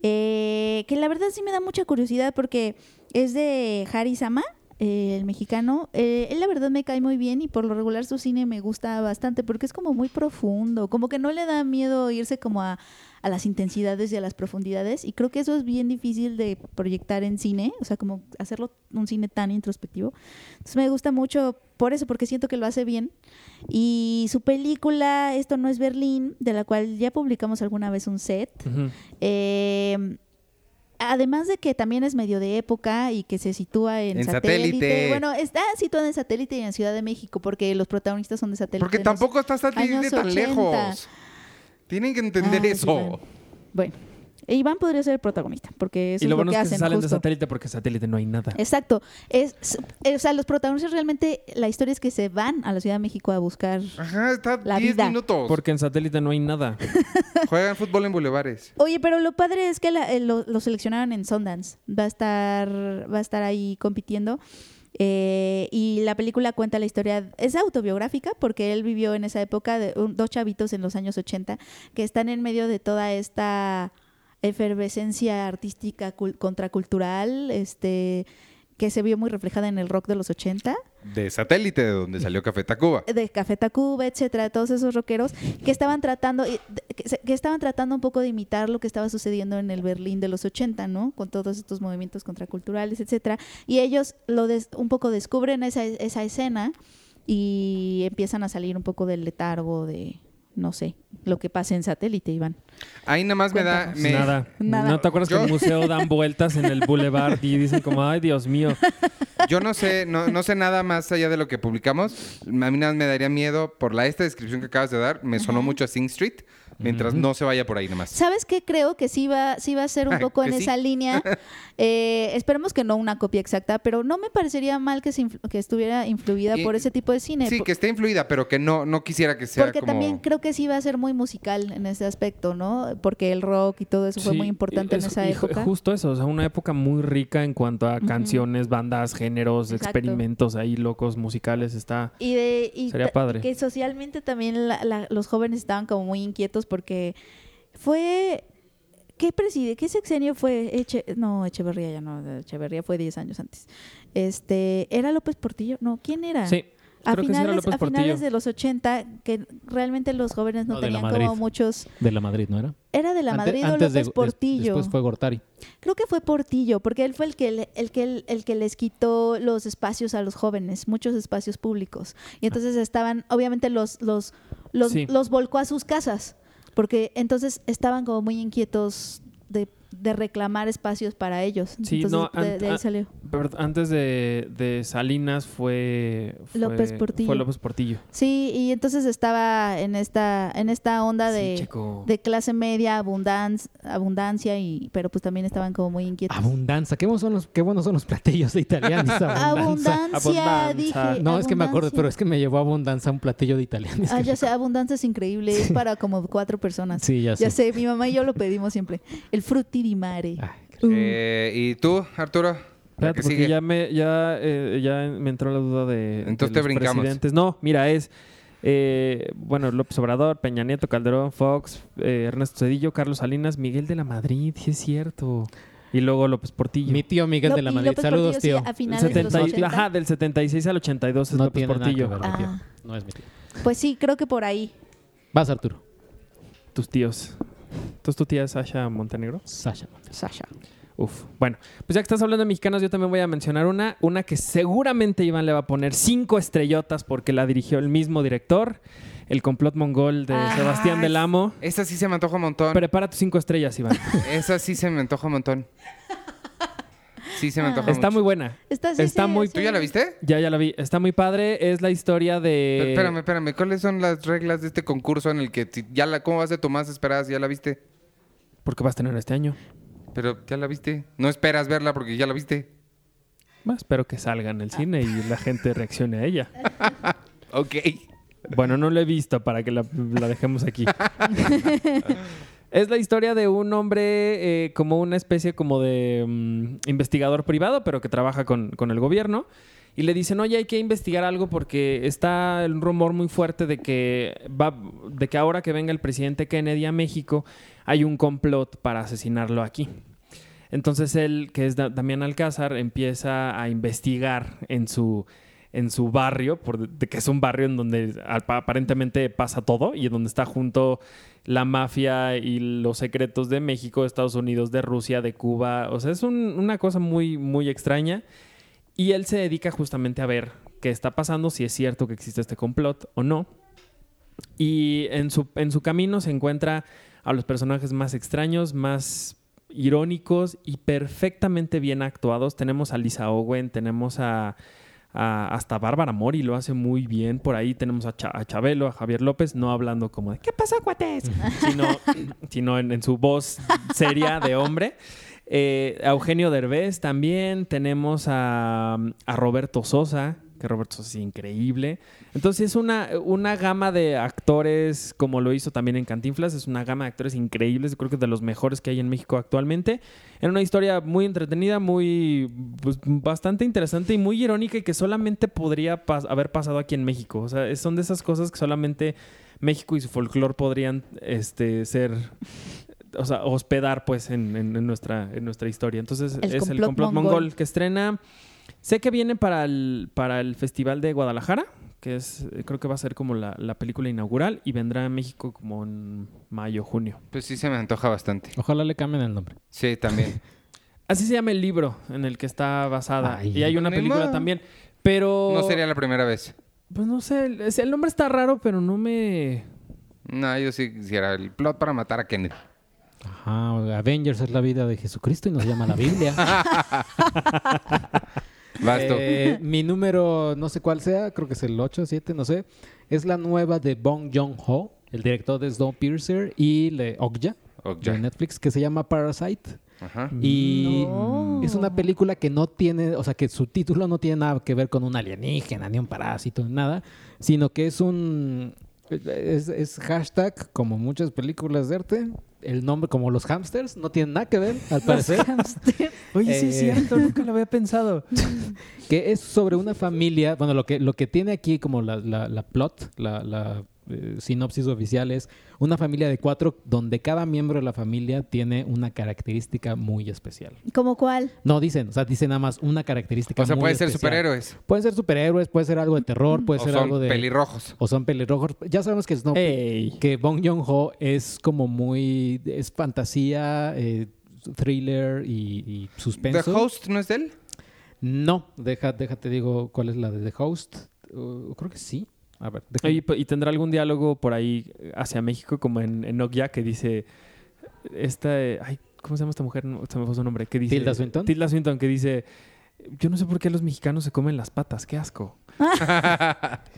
eh, que la verdad sí me da mucha curiosidad porque es de Harry Sama, eh, el mexicano. Eh, él la verdad me cae muy bien y por lo regular su cine me gusta bastante porque es como muy profundo. Como que no le da miedo irse como a, a las intensidades y a las profundidades. Y creo que eso es bien difícil de proyectar en cine. O sea, como hacerlo un cine tan introspectivo. Entonces me gusta mucho por eso, porque siento que lo hace bien. Y su película, Esto no es Berlín, de la cual ya publicamos alguna vez un set.
Ujú.
eh, además de que también es medio de época y que se sitúa en,
En
satélite.
satélite.
Bueno, está situada en satélite y en Ciudad de México porque los protagonistas son de satélite.
Porque
no sé.
tampoco está satélite
años
tan
80.
lejos. Tienen que entender
Ay,
eso.
Ah, Bueno, Iván podría ser el protagonista porque eso
y lo
es lo,
bueno
que
es que se
hacen.
salen de
justo.
satélite porque satélite no hay nada.
Exacto. Es, es- o sea, los protagonistas realmente, la historia es que se van a la Ciudad de México a buscar.
Ajá, está
La
10
vida.
minutos.
Porque en satélite no hay nada.
Juegan fútbol en bulevares.
Oye, pero lo padre es que la- eh, lo, lo seleccionaron en Sundance. Va a estar, va a estar ahí compitiendo. Eh, y la película cuenta la historia, es autobiográfica porque él vivió en esa época, de, un- dos chavitos en los años 80 que están en medio de toda esta efervescencia artística cul- contracultural, este que se vio muy reflejada en el rock de los 80.
De satélite, de donde salió Café Tacuba.
de Café Tacuba, etcétera, de todos esos rockeros que estaban tratando eh, de- que se- que estaban tratando un poco de imitar lo que estaba sucediendo en el Berlín de los 80, ¿no? Con todos estos movimientos contraculturales, etcétera, y ellos lo des- un poco descubren esa, esa escena y empiezan a salir un poco del letargo de no sé, lo que pasa en satélite, Iván.
Ahí nada más me da.
Cuéntanos.
me-
Nada.
Nada.
¿No te acuerdas que
Yo-
en el museo dan vueltas en el boulevard y dicen como, ay, Dios mío?
Yo no sé, no, no sé nada más allá de lo que publicamos. A mí nada más me daría miedo por la esta descripción que acabas de dar. Me sonó mucho a Sing Street. Mientras no se vaya por ahí nada más.
¿Sabes qué? Creo que sí va, sí va a ser un poco
Que
en
sí.
esa línea. Eh, esperemos que no una copia exacta, pero no me parecería mal que, se influ- que estuviera influida
Y-
por ese tipo de cine.
Sí,
eh, por-
que esté influida, pero que no, no quisiera que sea
Porque
como.
también creo que sí va a ser muy musical en ese aspecto, ¿no? Porque el rock y todo eso fue
Sí,
muy importante
es-
en esa
y ju-
época.
Justo eso, o sea, una época muy rica en cuanto a
Ujú.
canciones, bandas, géneros,
Exacto.
experimentos ahí locos, musicales, está...
Y, de, y
Sería
ta-
padre.
que socialmente también la- la- los jóvenes estaban como muy inquietos porque fue... ¿Qué preside? ¿Qué sexenio fue? Eche- no, Echeverría ya no. Echeverría fue 10 años antes. Este, ¿Era López Portillo? No, ¿quién era?
Sí,
a
creo que sí era
finales,
López
a
Portillo.
finales de los 80, que realmente los jóvenes no,
No, de la
tenían como
Madrid.
muchos...
De la Madrid, ¿no era?
Era de la
Ante-
Madrid
antes
o López
de- des-
Portillo.
Después fue Gortari.
Creo que fue Portillo, porque él fue el que, le- el, que, el que les quitó los espacios a los jóvenes, muchos espacios públicos. Y entonces estaban, obviamente los, los, los,
Ah. Sí.
los volcó a sus casas, porque entonces estaban como muy inquietos de, de reclamar espacios para ellos.
Sí,
entonces
no,
de,
an-
de ahí
a-
salió.
Pero antes de, de Salinas fue, fue-
López Portillo.
Fue López Portillo.
Sí, y entonces estaba en esta, en esta onda
Sí,
de,
chico.
de clase media, abundancia, abundancia, y, pero pues también estaban como muy inquietos.
Abundanza. Qué buenos son los, qué buenos son los platillos de italianos. Abundanza.
Abundancia,
Abundancia.
dije.
No,
No, es que me acuerdo,
abundancia.
pero es que me llevó a abundanza un platillo de italianos.
Ah,
Qué
ya sé,
rico.
abundancia es increíble, es para como cuatro personas.
Sí, ya sé. Ah,
Ya sé, mi mamá y yo lo pedimos siempre. El frutti di mare.
Ay, qué-
Uh,
Eh, ¿Y tú, Arturo? La
Espérate,
que
porque
sigue.
ya me, ya, eh, ya me entró la duda de,
Entonces te
de los
brincamos.
presidentes. No, mira, es eh, bueno, López Obrador, Peña Nieto, Calderón, Fox, eh, Ernesto Cedillo, Carlos Salinas, Miguel de la Madrid, sí es cierto. Y luego López Portillo.
Mi tío Miguel
Lo-
de la
y
Madrid.
López
Saludos,
Portillo,
tío.
sí, a
El
finales de los
70 y-
80.
ajá, del 76 al 82 es
No
López
tiene nada que
Portillo.
ver, mi tío.
Ah.
No es mi tío.
Pues sí, creo que por ahí.
Vas, Arturo.
Tus tíos. Entonces tu tía es Sasha Montenegro.
Sasha.
Sasha.
Uf. Bueno, pues ya que estás hablando de mexicanos, yo también voy a mencionar una, una que seguramente Iván le va a poner cinco estrellotas porque la dirigió el mismo director, el complot mongol de
Ah,
Sebastián del Amo.
Esa sí se me antoja un montón.
Prepara tus cinco estrellas, Iván.
Esa sí se me antoja un montón. Sí se me antoja
Está muy
mucho.
buena.
Está, sí,
Está
sí,
muy-
sí.
¿Tú ya la viste?
Ya, ya la vi. Está muy padre. Es la historia de.
Pero Espérame, espérame. ¿Cuáles son las reglas de este concurso en el que si ya la, cómo vas de tu más esperada si ya la viste?
Porque vas a tener este año.
Pero ya la viste. No esperas verla porque ya la viste.
Bueno, espero que salga
Ah.
en el cine y la gente reaccione a ella.
Ok.
Bueno, no lo he visto para que la, la dejemos aquí. es la historia de un hombre eh, como una especie como de mm, investigador privado, pero que trabaja con, con el gobierno. Y le dicen, oye, hay que investigar algo porque está el rumor muy fuerte de que, va, de que ahora que venga el presidente Kennedy a México, hay un complot para asesinarlo aquí. Entonces él, que es Da- Damián Alcázar, empieza a investigar en su, en su barrio, por, de- que es un barrio en donde ap- aparentemente pasa todo y en donde está junto la mafia y los secretos de México, de Estados Unidos, de Rusia, de Cuba. O sea, es un- una cosa muy, muy extraña. Y él se dedica justamente a ver qué está pasando, si es cierto que existe este complot o no. Y en su, en su camino se encuentra a los personajes más extraños, más irónicos y perfectamente bien actuados. Tenemos a Lisa Owen, tenemos a, a- hasta Bárbara Mori lo hace muy bien. Por ahí tenemos a, Cha- a Chabelo, a Javier López, no hablando como de ¿qué pasó, cuates? sino sino en, en su voz seria de hombre. Eh, a Eugenio Derbez también. Tenemos a, a Roberto Sosa, que Roberto Sosa es increíble. Entonces es una, una gama de actores, como lo hizo también en Cantinflas, es una gama de actores increíbles, creo que de los mejores que hay en México actualmente. Era una historia muy entretenida, muy pues, bastante interesante y muy irónica y que solamente podría pas- haber pasado aquí en México. O sea, es- son de esas cosas que solamente México y su folclore podrían este, ser... O sea, hospedar pues en, en- en nuestra, en nuestra historia. Entonces
El
es el
complot
complot
mongol.
mongol que estrena Sé que viene para el, para el Festival de Guadalajara, que es, eh, creo que va a ser como la, la película inaugural y vendrá a México como en mayo, junio.
Pues sí se me antoja bastante.
Ojalá le cambien el nombre.
Sí, también.
Así se llama el libro en el que está basada.
Ay.
y hay una
Ni
película
modo.
también. Pero.
No sería la primera vez.
Pues no sé, el, es- el nombre está raro, pero no me.
No, yo sí quisiera el plot para matar a Kenneth.
Ajá, Avengers es la vida de Jesucristo y nos llama la Biblia.
Basto.
Eh, mi número, no sé cuál sea, creo que es el 8, 7, no sé. Es la nueva de Bong Joon-ho, el director de Snowpiercer y le, Okja,
Okja.
de Netflix, que se llama Parasite.
Ajá.
Y
No.
es una película que no tiene, o sea, que su título no tiene nada que ver con un alienígena, ni un parásito, ni nada, sino que es un. Es, es hashtag, como muchas películas de arte. El nombre, como los hamsters, no tienen nada que ver, al parecer.
Oye, sí es
Eh.
cierto, nunca lo había pensado.
que es sobre una familia. Bueno, lo que, lo que tiene aquí como la, la- la plot, la, la, eh, sinopsis oficial es una familia de cuatro donde cada miembro de la familia tiene una característica muy especial.
¿Cómo cuál?
No dicen, o sea, dicen nada más una característica.
O sea,
muy
puede ser
especial.
superhéroes.
Pueden ser superhéroes, puede ser algo de terror, puede
o
ser
son
algo de.
pelirrojos.
o son pelirrojos. Ya sabemos que Snow
Ey.
que Bong Joon-ho es como muy. es fantasía, eh, thriller y, y suspenso.
¿The Host no es de él?
No, deja, déjate digo cuál es la de The Host. Uh, creo que sí. A ver, deja-
Oye, pe- y tendrá algún diálogo por ahí hacia México, como en, en Nokia, que dice. Esta. eh, Ay, ¿cómo se llama esta mujer? No, Se me fue su nombre. ¿Qué dice?
Tilda Swinton.
Tilda Swinton, que dice. Yo no sé por qué los mexicanos se comen las patas, qué asco.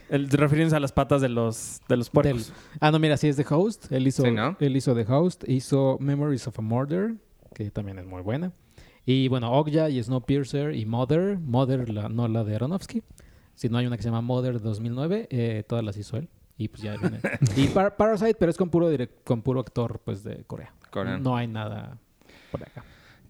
El, refiriéndose a las patas de los, de los puercos.
Ah, no, mira, sí es The Host. Él hizo,
Sí, ¿no?
él hizo The Host, hizo Memories of a Murder, que también es muy buena. Y bueno, Okja y Snowpiercer y Mother. Mother, la- no la de Aronofsky, sino hay una que se llama Mother 2009. eh, todas las hizo él. Y pues ya viene. y Par- Parasite, pero es con puro, direct- con puro actor pues de Corea.
Coreano.
No hay nada por acá.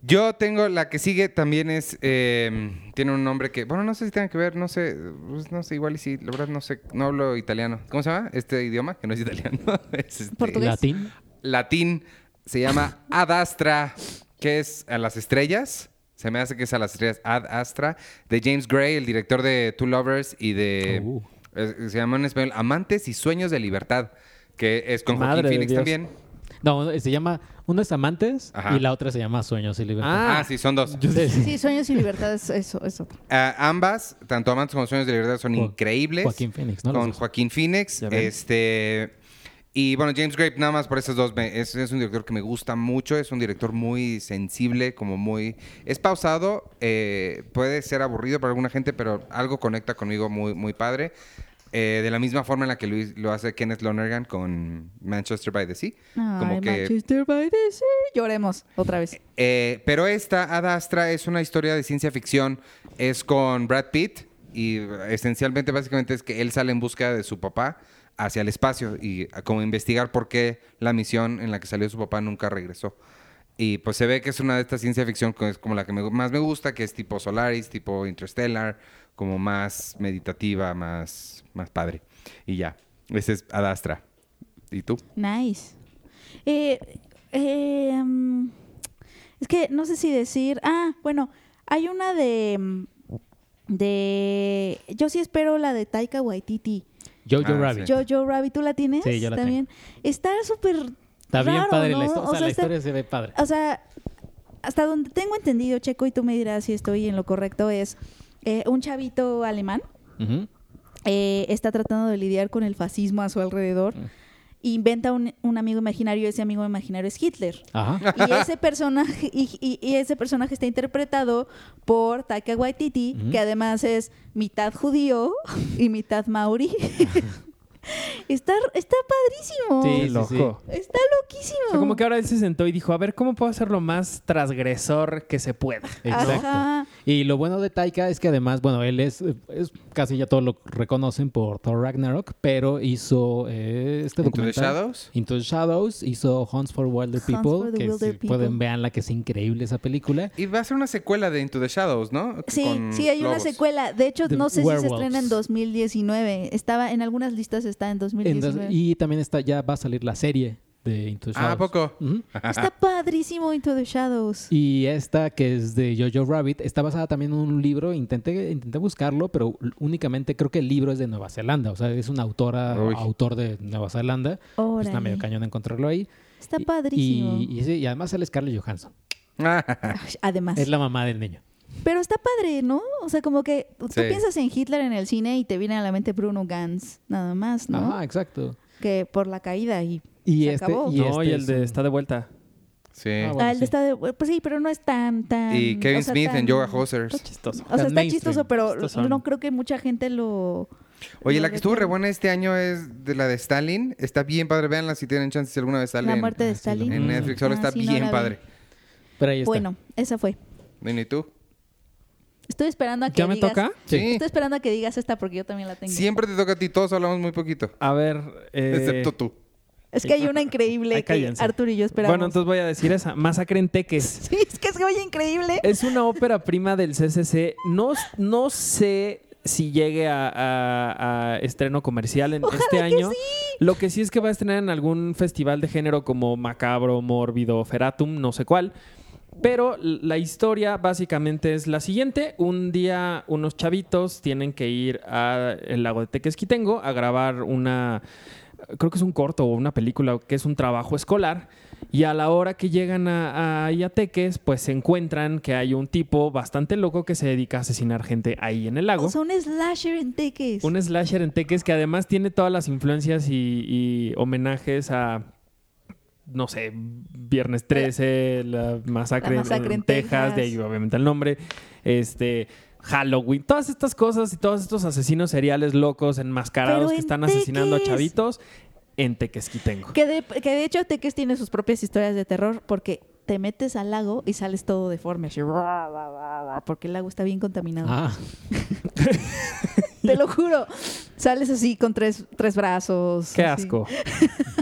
Yo tengo la que sigue también es. eh, tiene un nombre que. Bueno, no sé si tenga que ver, no sé. pues, no sé, igual y sí. La verdad, no sé. No hablo italiano. ¿Cómo se llama este idioma? Que no es italiano. es este,
Portugués. ¿Tú ves?
Latín.
latín. Se llama Ad Astra, que es a las estrellas. Se me hace que es a las estrellas Ad Astra. De James Gray, el director de Two Lovers y de.
Uh.
eh, Se llama en español Amantes y Sueños de Libertad. Que es con
Madre
Joaquín
de
Phoenix
Dios.
también.
No, se llama. Uno es Amantes
Ajá.
y la otra se llama Sueños y Libertad.
Ah, sí, son dos.
Sí, sí.
Sí, Sueños y Libertad es eso, es otro.
Ah, ambas, tanto Amantes como Sueños de Libertad, son
Jo-
increíbles.
Joaquín Phoenix, ¿no? Los
Con
dos.
Joaquín Phoenix.
Ya ven.
Este. Y bueno, James Grape, nada más por esos dos, me- es, es un director que me gusta mucho, es un director muy sensible, como muy... Es pausado, eh, puede ser aburrido para alguna gente, pero algo conecta conmigo muy, muy padre. Eh, de la misma forma en la que Luis, lo hace Kenneth Lonergan con Manchester by the Sea. como
Ay,
que
Manchester by the Sea. Lloremos otra vez.
eh, pero esta, Ad Astra, es una historia de ciencia ficción. Es con Brad Pitt y esencialmente, básicamente, es que él sale en busca de su papá hacia el espacio y a- como investigar por qué la misión en la que salió su papá nunca regresó. Y pues se ve que es una de estas ciencia ficción que es como la que me gu- más me gusta, que es tipo Solaris, tipo Interstellar, como más meditativa, más, más padre. Y ya, ese es Ad Astra. ¿Y tú?
Nice. Eh, eh, mm, es que no sé si decir. Ah, bueno, hay una de. mm, De. Yo sí espero la de Taika Waititi.
Jojo
Ah,
Rabbit.
sí.
Yo, yo, Rabbit, ¿tú la tienes?
Sí, yo la
También. Está súper.
Está bien
raro,
padre
¿no? este
la historia. O sea, la
está-
historia se ve padre.
o sea, hasta donde tengo entendido, Checo, y tú me dirás si estoy en lo correcto, es eh, un chavito alemán
Ujú.
eh, está tratando de lidiar con el fascismo a su alrededor inventa un, un amigo imaginario y ese amigo imaginario es Hitler.
Ajá.
Y ese personaje, y, y- y ese personaje está interpretado por Taika Waititi,
Ujú.
que además es mitad judío y mitad maori. está, está padrísimo.
Sí,
sí,
loco.
sí.
Está loquísimo.
O sea, como que ahora él se sentó y dijo, a ver, ¿cómo puedo hacerlo más transgresor que se pueda?
Exacto.
Ajá.
Y lo bueno de Taika es que además, bueno, él es, es casi ya todos lo reconocen por Thor Ragnarok, pero hizo eh,
¿Into the
este documental.
Shadows?
Into the Shadows, hizo Hunts for Wilder
Hunts
People,
for the
que
Wilder
si
People.
pueden veanla que es increíble esa película.
Y va a ser una secuela de Into the Shadows, ¿no?
Sí,
Con
sí, hay una
lobos.
secuela. De hecho,
The
no sé si
Werewolves.
se estrena en 2019. Estaba en algunas listas está en 2019.
Entonces- y también está ya va a salir la serie de Into the
Ah,
Shadows.
¿a poco?
Ujú.
Está padrísimo Into the Shadows.
Y esta que es de Jojo Rabbit está basada también en un libro. Intenté, intenté buscarlo, pero únicamente creo que el libro es de Nueva Zelanda. O sea, es una autora,
Uy.
autor de Nueva Zelanda. Pues está
Órale.
medio cañón encontrarlo ahí.
Está
Y-
padrísimo.
Y, y sí, y además sale Scarlett Johansson.
Ah,
Ay, Además.
Es la mamá del niño.
Pero está padre, ¿no? O sea, como que tú
Sí.
piensas en Hitler en el cine y te viene a la mente Bruno Gantz, nada más, ¿no?
Ajá, exacto.
Que por la caída y...
Y
Se
este,
acabó.
y
no,
este
y el
es
de
un-
está de vuelta.
sí.
Ah, bueno.
Ah, él
sí.
está de- Pues sí, pero no es tan, tan...
Y Kevin
Mm, o sea,
Smith en
tan-
Yoga Hosers.
Chistoso.
O sea,
Tan
está
mainstream.
chistoso, pero
Estos son-
no creo que mucha gente lo...
Oye,
lo
la que estuvo re
recuerde.
buena este año es de la de Stalin. Está bien padre, véanla si tienen chance si alguna vez sale
La
en-
muerte de
Ah, sí, la
Stalin.
en Netflix. Solo
Ah,
está
sí, no
bien
la vi.
padre.
Pero ahí está.
Bueno, esa fue.
¿Y tú?
Estoy esperando a que
¿Ya me
digas-
toca?
Sí.
Sí.
Estoy esperando a que digas esta porque yo también la tengo.
Siempre te toca a ti, todos hablamos muy poquito.
A ver. eh,
Excepto tú.
Es que hay una
Ay,
increíble que
cállense.
Arthur y yo esperamos.
Bueno, entonces voy a decir esa. Masacre en Teques.
Sí, es que es oye increíble.
Es una ópera prima del CCC. No, no sé si llegue a, a- a estreno comercial en este año. Lo que sí es que va a estrenar en algún festival de género como Macabro, Mórbido, Feratum, no sé cuál. Pero la historia básicamente es la siguiente. Un día unos chavitos tienen que ir al lago de Tequesquitengo a grabar una, creo que es un corto o una película, que es un trabajo escolar. Y a la hora que llegan a, a, ahí a Teques, pues se encuentran que hay un tipo bastante loco que se dedica a asesinar gente ahí en el lago.
O sea, un slasher en teques.
Un slasher en teques que además tiene todas las influencias y, y homenajes a, no sé, Viernes 13, la masacre,
La masacre
en,
en
Texas,
Texas.
de ahí obviamente el nombre, este, Halloween, todas estas cosas y todos estos asesinos seriales locos, enmascarados
Pero
que
en
están asesinando a
Teques.
chavitos en Tequesquitengo.
Que de, que de hecho Teques tiene sus propias historias de terror porque te metes al lago y sales todo deforme. así, ra, ra, ra, ra, porque el lago está bien contaminado.
Ah,
Te lo juro. Sales así con tres, tres brazos.
Qué
así.
asco.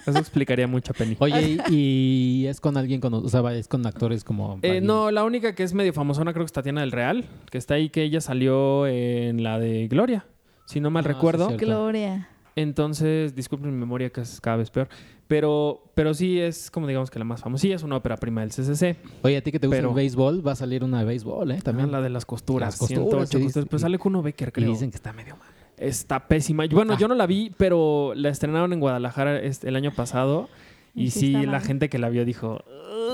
Eso explicaría Eh, mucho a Penny.
oye, y, y es con alguien, con, o sea, va- es con actores como...
Eh,
alguien-
no, la única que es medio famosona creo que es Tatiana del Real, que está ahí, que ella salió en la de Gloria, si no mal
Ah, sí,
recuerdo.
cierto.
Gloria.
Entonces, disculpen mi memoria que es cada vez peor, pero, pero sí es como digamos que la más famosa, sí es una ópera prima del CCC,
Oye, a ti que te gusta
pero-
el béisbol, va a salir una de béisbol, ¿eh?
también
También.
la de las costuras,
Las costuras,
108
sí,
costuras,
sí.
pero sale Kuno Becker
y
creo.
dicen que está medio mal.
Está pésima. Bueno,
Ah.
yo no la vi, pero la estrenaron en Guadalajara este- el año pasado y,
Y sí
sí,
está
la
mal.
gente que la vio dijo,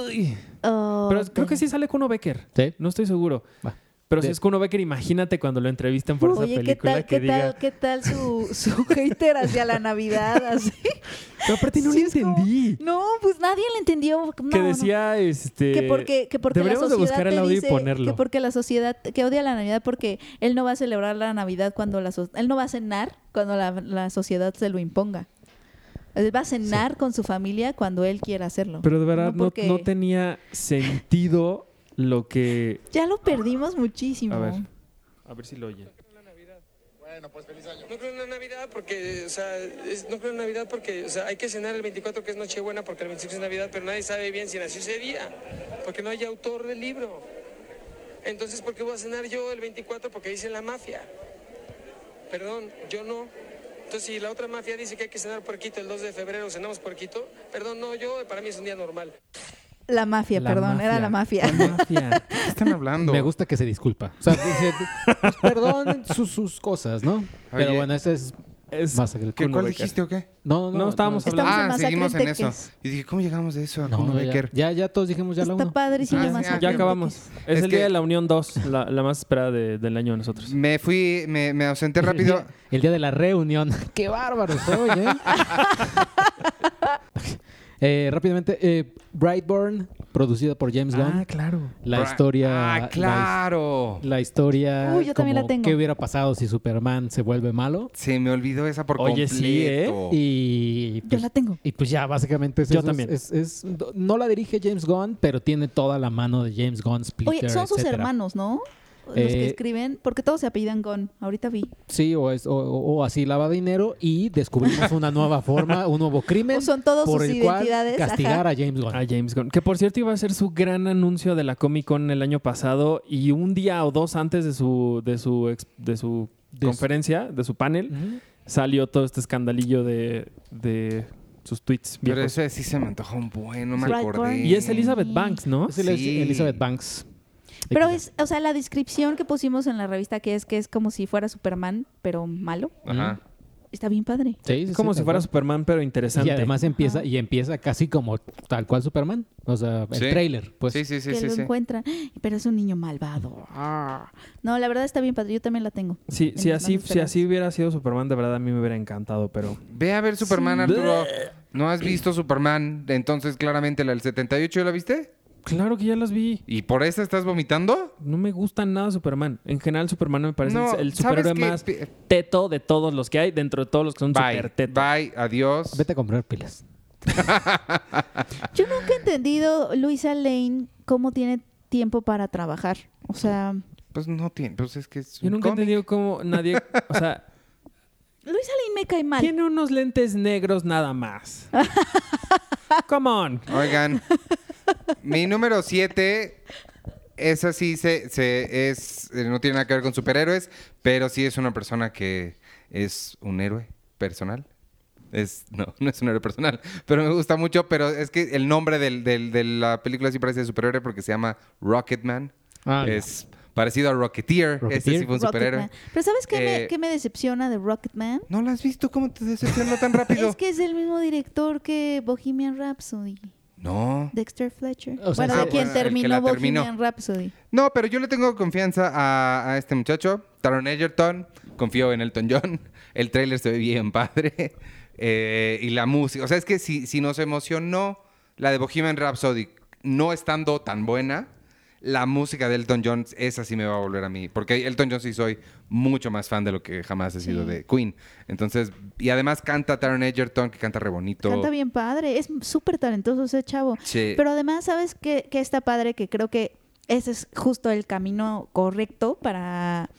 "Ay".
Oh,
pero creo que sí sale Kuno Becker,
¿Sí?
no estoy seguro.
Va.
Pero
De-
si es Kuno Becker, imagínate cuando lo entrevistan por
Oye,
esa
¿qué
película
tal,
que
qué
diga,
tal, qué tal su, su hater hacia la Navidad? Así.
pero aparte no
Sí,
lo
es como-
entendí.
No, pues nadie le entendió. No,
que
no.
decía este
que porque que porque
deberíamos
la
de
sociedad
buscar el
te
audio
dice
y ponerlo.
que porque la sociedad que odia la Navidad porque él no va a celebrar la Navidad cuando la so- él no va a cenar cuando la, la sociedad se lo imponga. Él va a cenar con su familia cuando él quiera hacerlo.
Pero de verdad no,
porque-
no tenía sentido lo que.
Ya lo perdimos muchísimo.
A ver. A ver si lo oyen.
No creo en la Navidad porque, o sea, es- no creo en Navidad porque, o sea, hay que cenar el 24 que es Nochebuena porque el 25 es Navidad, pero nadie sabe bien si nació ese día, porque no hay autor del libro. Entonces, ¿por qué voy a cenar yo el 24? Porque dice la mafia. Perdón, yo no. Entonces, si la otra mafia dice que hay que cenar puerquito el 2 de febrero, cenamos puerquito. Perdón, no, yo, para mí es un día normal.
La mafia,
La
perdón, era la mafia.
La mafia.
¿Qué están hablando?
Me gusta que se disculpa. O sea, dice, pues, perdón sus, sus cosas, ¿no? Pero
Oye.
bueno, ese es
Es-
masacre.
¿Qué,
Kuno
¿Cuál
Becker.
dijiste o qué?
No, no,
No, estábamos
no,
Estamos en
ah,
Masacre
seguimos en
en
eso.
Teques.
Y dije, ¿cómo llegamos de eso a
No,
Kuno
ya,
Becker?
ya, ya todos dijimos ya la
Está
uno.
padrísimo.
Ah, sí,
Masacre
Ya
en
acabamos.
Teques.
Es,
Es
el
que-
día de la Unión 2, la, la más esperada de- del año de nosotros.
Me fui, me, me ausenté
El
rápido.
día- El día de la reunión. Qué bárbaro soy, ¿eh? Eh, rápidamente, eh, Brightburn, producida por James Gunn.
Ah, claro.
la
Bra-
historia.
¡Ah,
la
claro!
his- La, historia.
Uy, yo también la
como
tengo.
¿Qué hubiera pasado si Superman se vuelve malo?
Se me olvidó esa por
Oye,
completo.
sí, ¿eh?
Oh.
Y.
Yo
pues,
la tengo.
y pues ya, básicamente es
Yo
eso,
también.
es- es- es- no la dirige James Gunn, pero tiene toda la mano de James Gunn, Splitter,
Oye, son sus
etcétera.
hermanos, ¿no? Los
Eh,
que escriben, porque todos se apellidan Gon. Ahorita vi.
Sí, o, es- o- o- o así lava dinero y descubrimos una nueva forma, un nuevo crimen.
O son todos
por
sus
el cual
identidades,
castigar
ajá.
a James Gunn.
A James Gunn. Que por cierto iba a ser su gran anuncio de la Comic Con el año pasado y un día o dos antes de su, de su, ex- de su
De su-
conferencia, de su panel,
Ujú.
salió todo este escandalillo de, de sus tweets.
Pero
viejos.
ese sí se me antojó un buen, no me
Brightburn.
acordé.
Y es Elizabeth Banks, ¿no?
Es el-
Sí.
Elizabeth Banks. Y
Pero
pues
es, o sea, la descripción que pusimos en la revista que es que es como si fuera Superman, pero malo,
Ajá.
Mm,
está bien padre.
ya. Sí, sí,
Es
sí,
como si
tal
fuera
cual.
Superman, pero interesante.
Y además empieza,
Ajá.
y empieza casi como tal cual Superman. O sea, el
Sí.
trailer, pues.
sí, sí, sí,
que
sí.
lo
sí.
encuentran, pero es un niño malvado. Ah. No, la verdad está bien padre, yo también la tengo.
Sí,
En
si
mis
así,
manos
si así hubiera sido Superman, de verdad a mí me hubiera encantado, pero
Ve a ver Superman, Arturo. No has visto Superman, entonces claramente la del 78 ¿ya la viste.
claro que ya las vi.
¿Y por esa estás vomitando?
No me gusta nada Superman. En general, Superman me parece
No,
el
¿sabes
superhéroe
qué?
más
Pi-
teto de todos los que hay, dentro de todos los que son
Bye,
super teto.
bye, adiós.
Vete a comprar pilas.
Yo nunca he entendido, Luisa Lane, cómo tiene tiempo para trabajar. O sea,
Pues no tiene, pues es que es
Yo
un
nunca he
cómic.
entendido cómo nadie. O sea,
Luisa Lane me cae mal.
tiene unos lentes negros nada más. Come on.
Oigan, mi número 7, esa sí se, se es, eh, no tiene nada que ver con superhéroes, pero sí es una persona que es un héroe personal. Es, no, no es un héroe personal, pero me gusta mucho, pero es que el nombre del- del- de la película sí parece de superhéroe porque se llama Rocketman.
Ah, ya.
es parecido a Rocketeer. Este
Rocketeer.
sí fue un superhéroe.
Rocketman. Pero ¿sabes qué, me,
Eh,
qué me decepciona de Rocketman?
¿No la has visto? ¿Cómo te decepcionó tan rápido?
Es que es el mismo director que Bohemian Rhapsody,
No.
Dexter Fletcher.
O sea,
bueno,
sí.
de quien
Ah, bueno, el que
terminó
la
Bohemian
terminó.
Rhapsody.
No, pero yo le tengo confianza a, a este muchacho, Taron Egerton. Confío en Elton John. El tráiler se ve bien padre. Eh, y la música. O sea, es que si, si nos emocionó la de Bohemian Rhapsody no estando tan buena, la música de Elton John, esa sí me va a volver a mí. Porque Elton John sí soy mucho más fan de lo que jamás he sido
Sí.
de Queen. Entonces, y además canta Taron Egerton, que canta re bonito.
Canta bien padre, es súper talentoso ese chavo.
Sí.
Pero además, ¿sabes qué, qué está padre? Que creo que ese es justo el camino correcto para...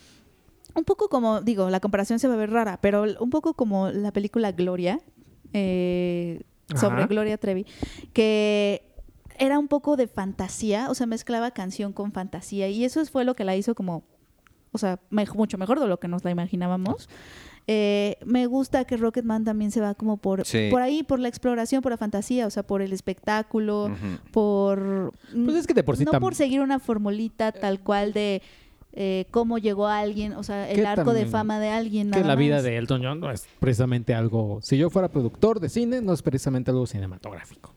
Un poco como, digo, la comparación se va a ver rara, pero un poco como la película Gloria, eh, sobre
Ajá.
Gloria Trevi, que era un poco de fantasía, o sea, mezclaba canción con fantasía, y eso fue lo que la hizo como, o sea, me- mucho mejor de lo que nos la
Ah.
imaginábamos. Eh, me gusta que Rocketman también se va como por,
Sí.
por ahí, por la exploración, por la fantasía, o sea, por el espectáculo,
Ujú.
por... mm,
Pues es que de por sí
No
tam-
por seguir una formulita tal cual de eh, cómo llegó alguien, o sea,
Que
el arco de
también-
fama de alguien.
que
nada
la vida
más.
de Elton John no es precisamente algo. Si yo fuera productor de cine, no es precisamente algo cinematográfico.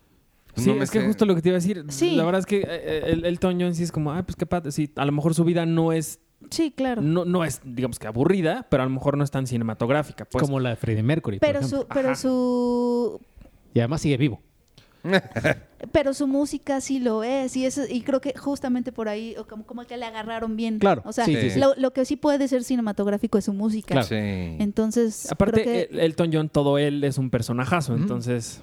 No
Sí,
me
es que
sé.
justo lo que te iba a decir.
Sí.
La verdad es que eh, eh, el, Elton John sí es como, ah, pues qué padre. Sí, a lo mejor su vida no es,
Sí, claro.
no, no es, digamos que aburrida, pero a lo mejor no es tan cinematográfica. Pues.
como la de Freddie Mercury. por
pero
ejemplo.
su, pero su
Y además sigue vivo.
pero su música sí lo es y eso y creo que justamente por ahí o como, como que le agarraron bien
Claro,
o sea
sí,
sí, sí.
Lo, lo que sí puede ser cinematográfico es su música
Claro. eh,
Sí.
entonces
Aparte,
creo que
el- Elton John, todo él es un personajazo, entonces.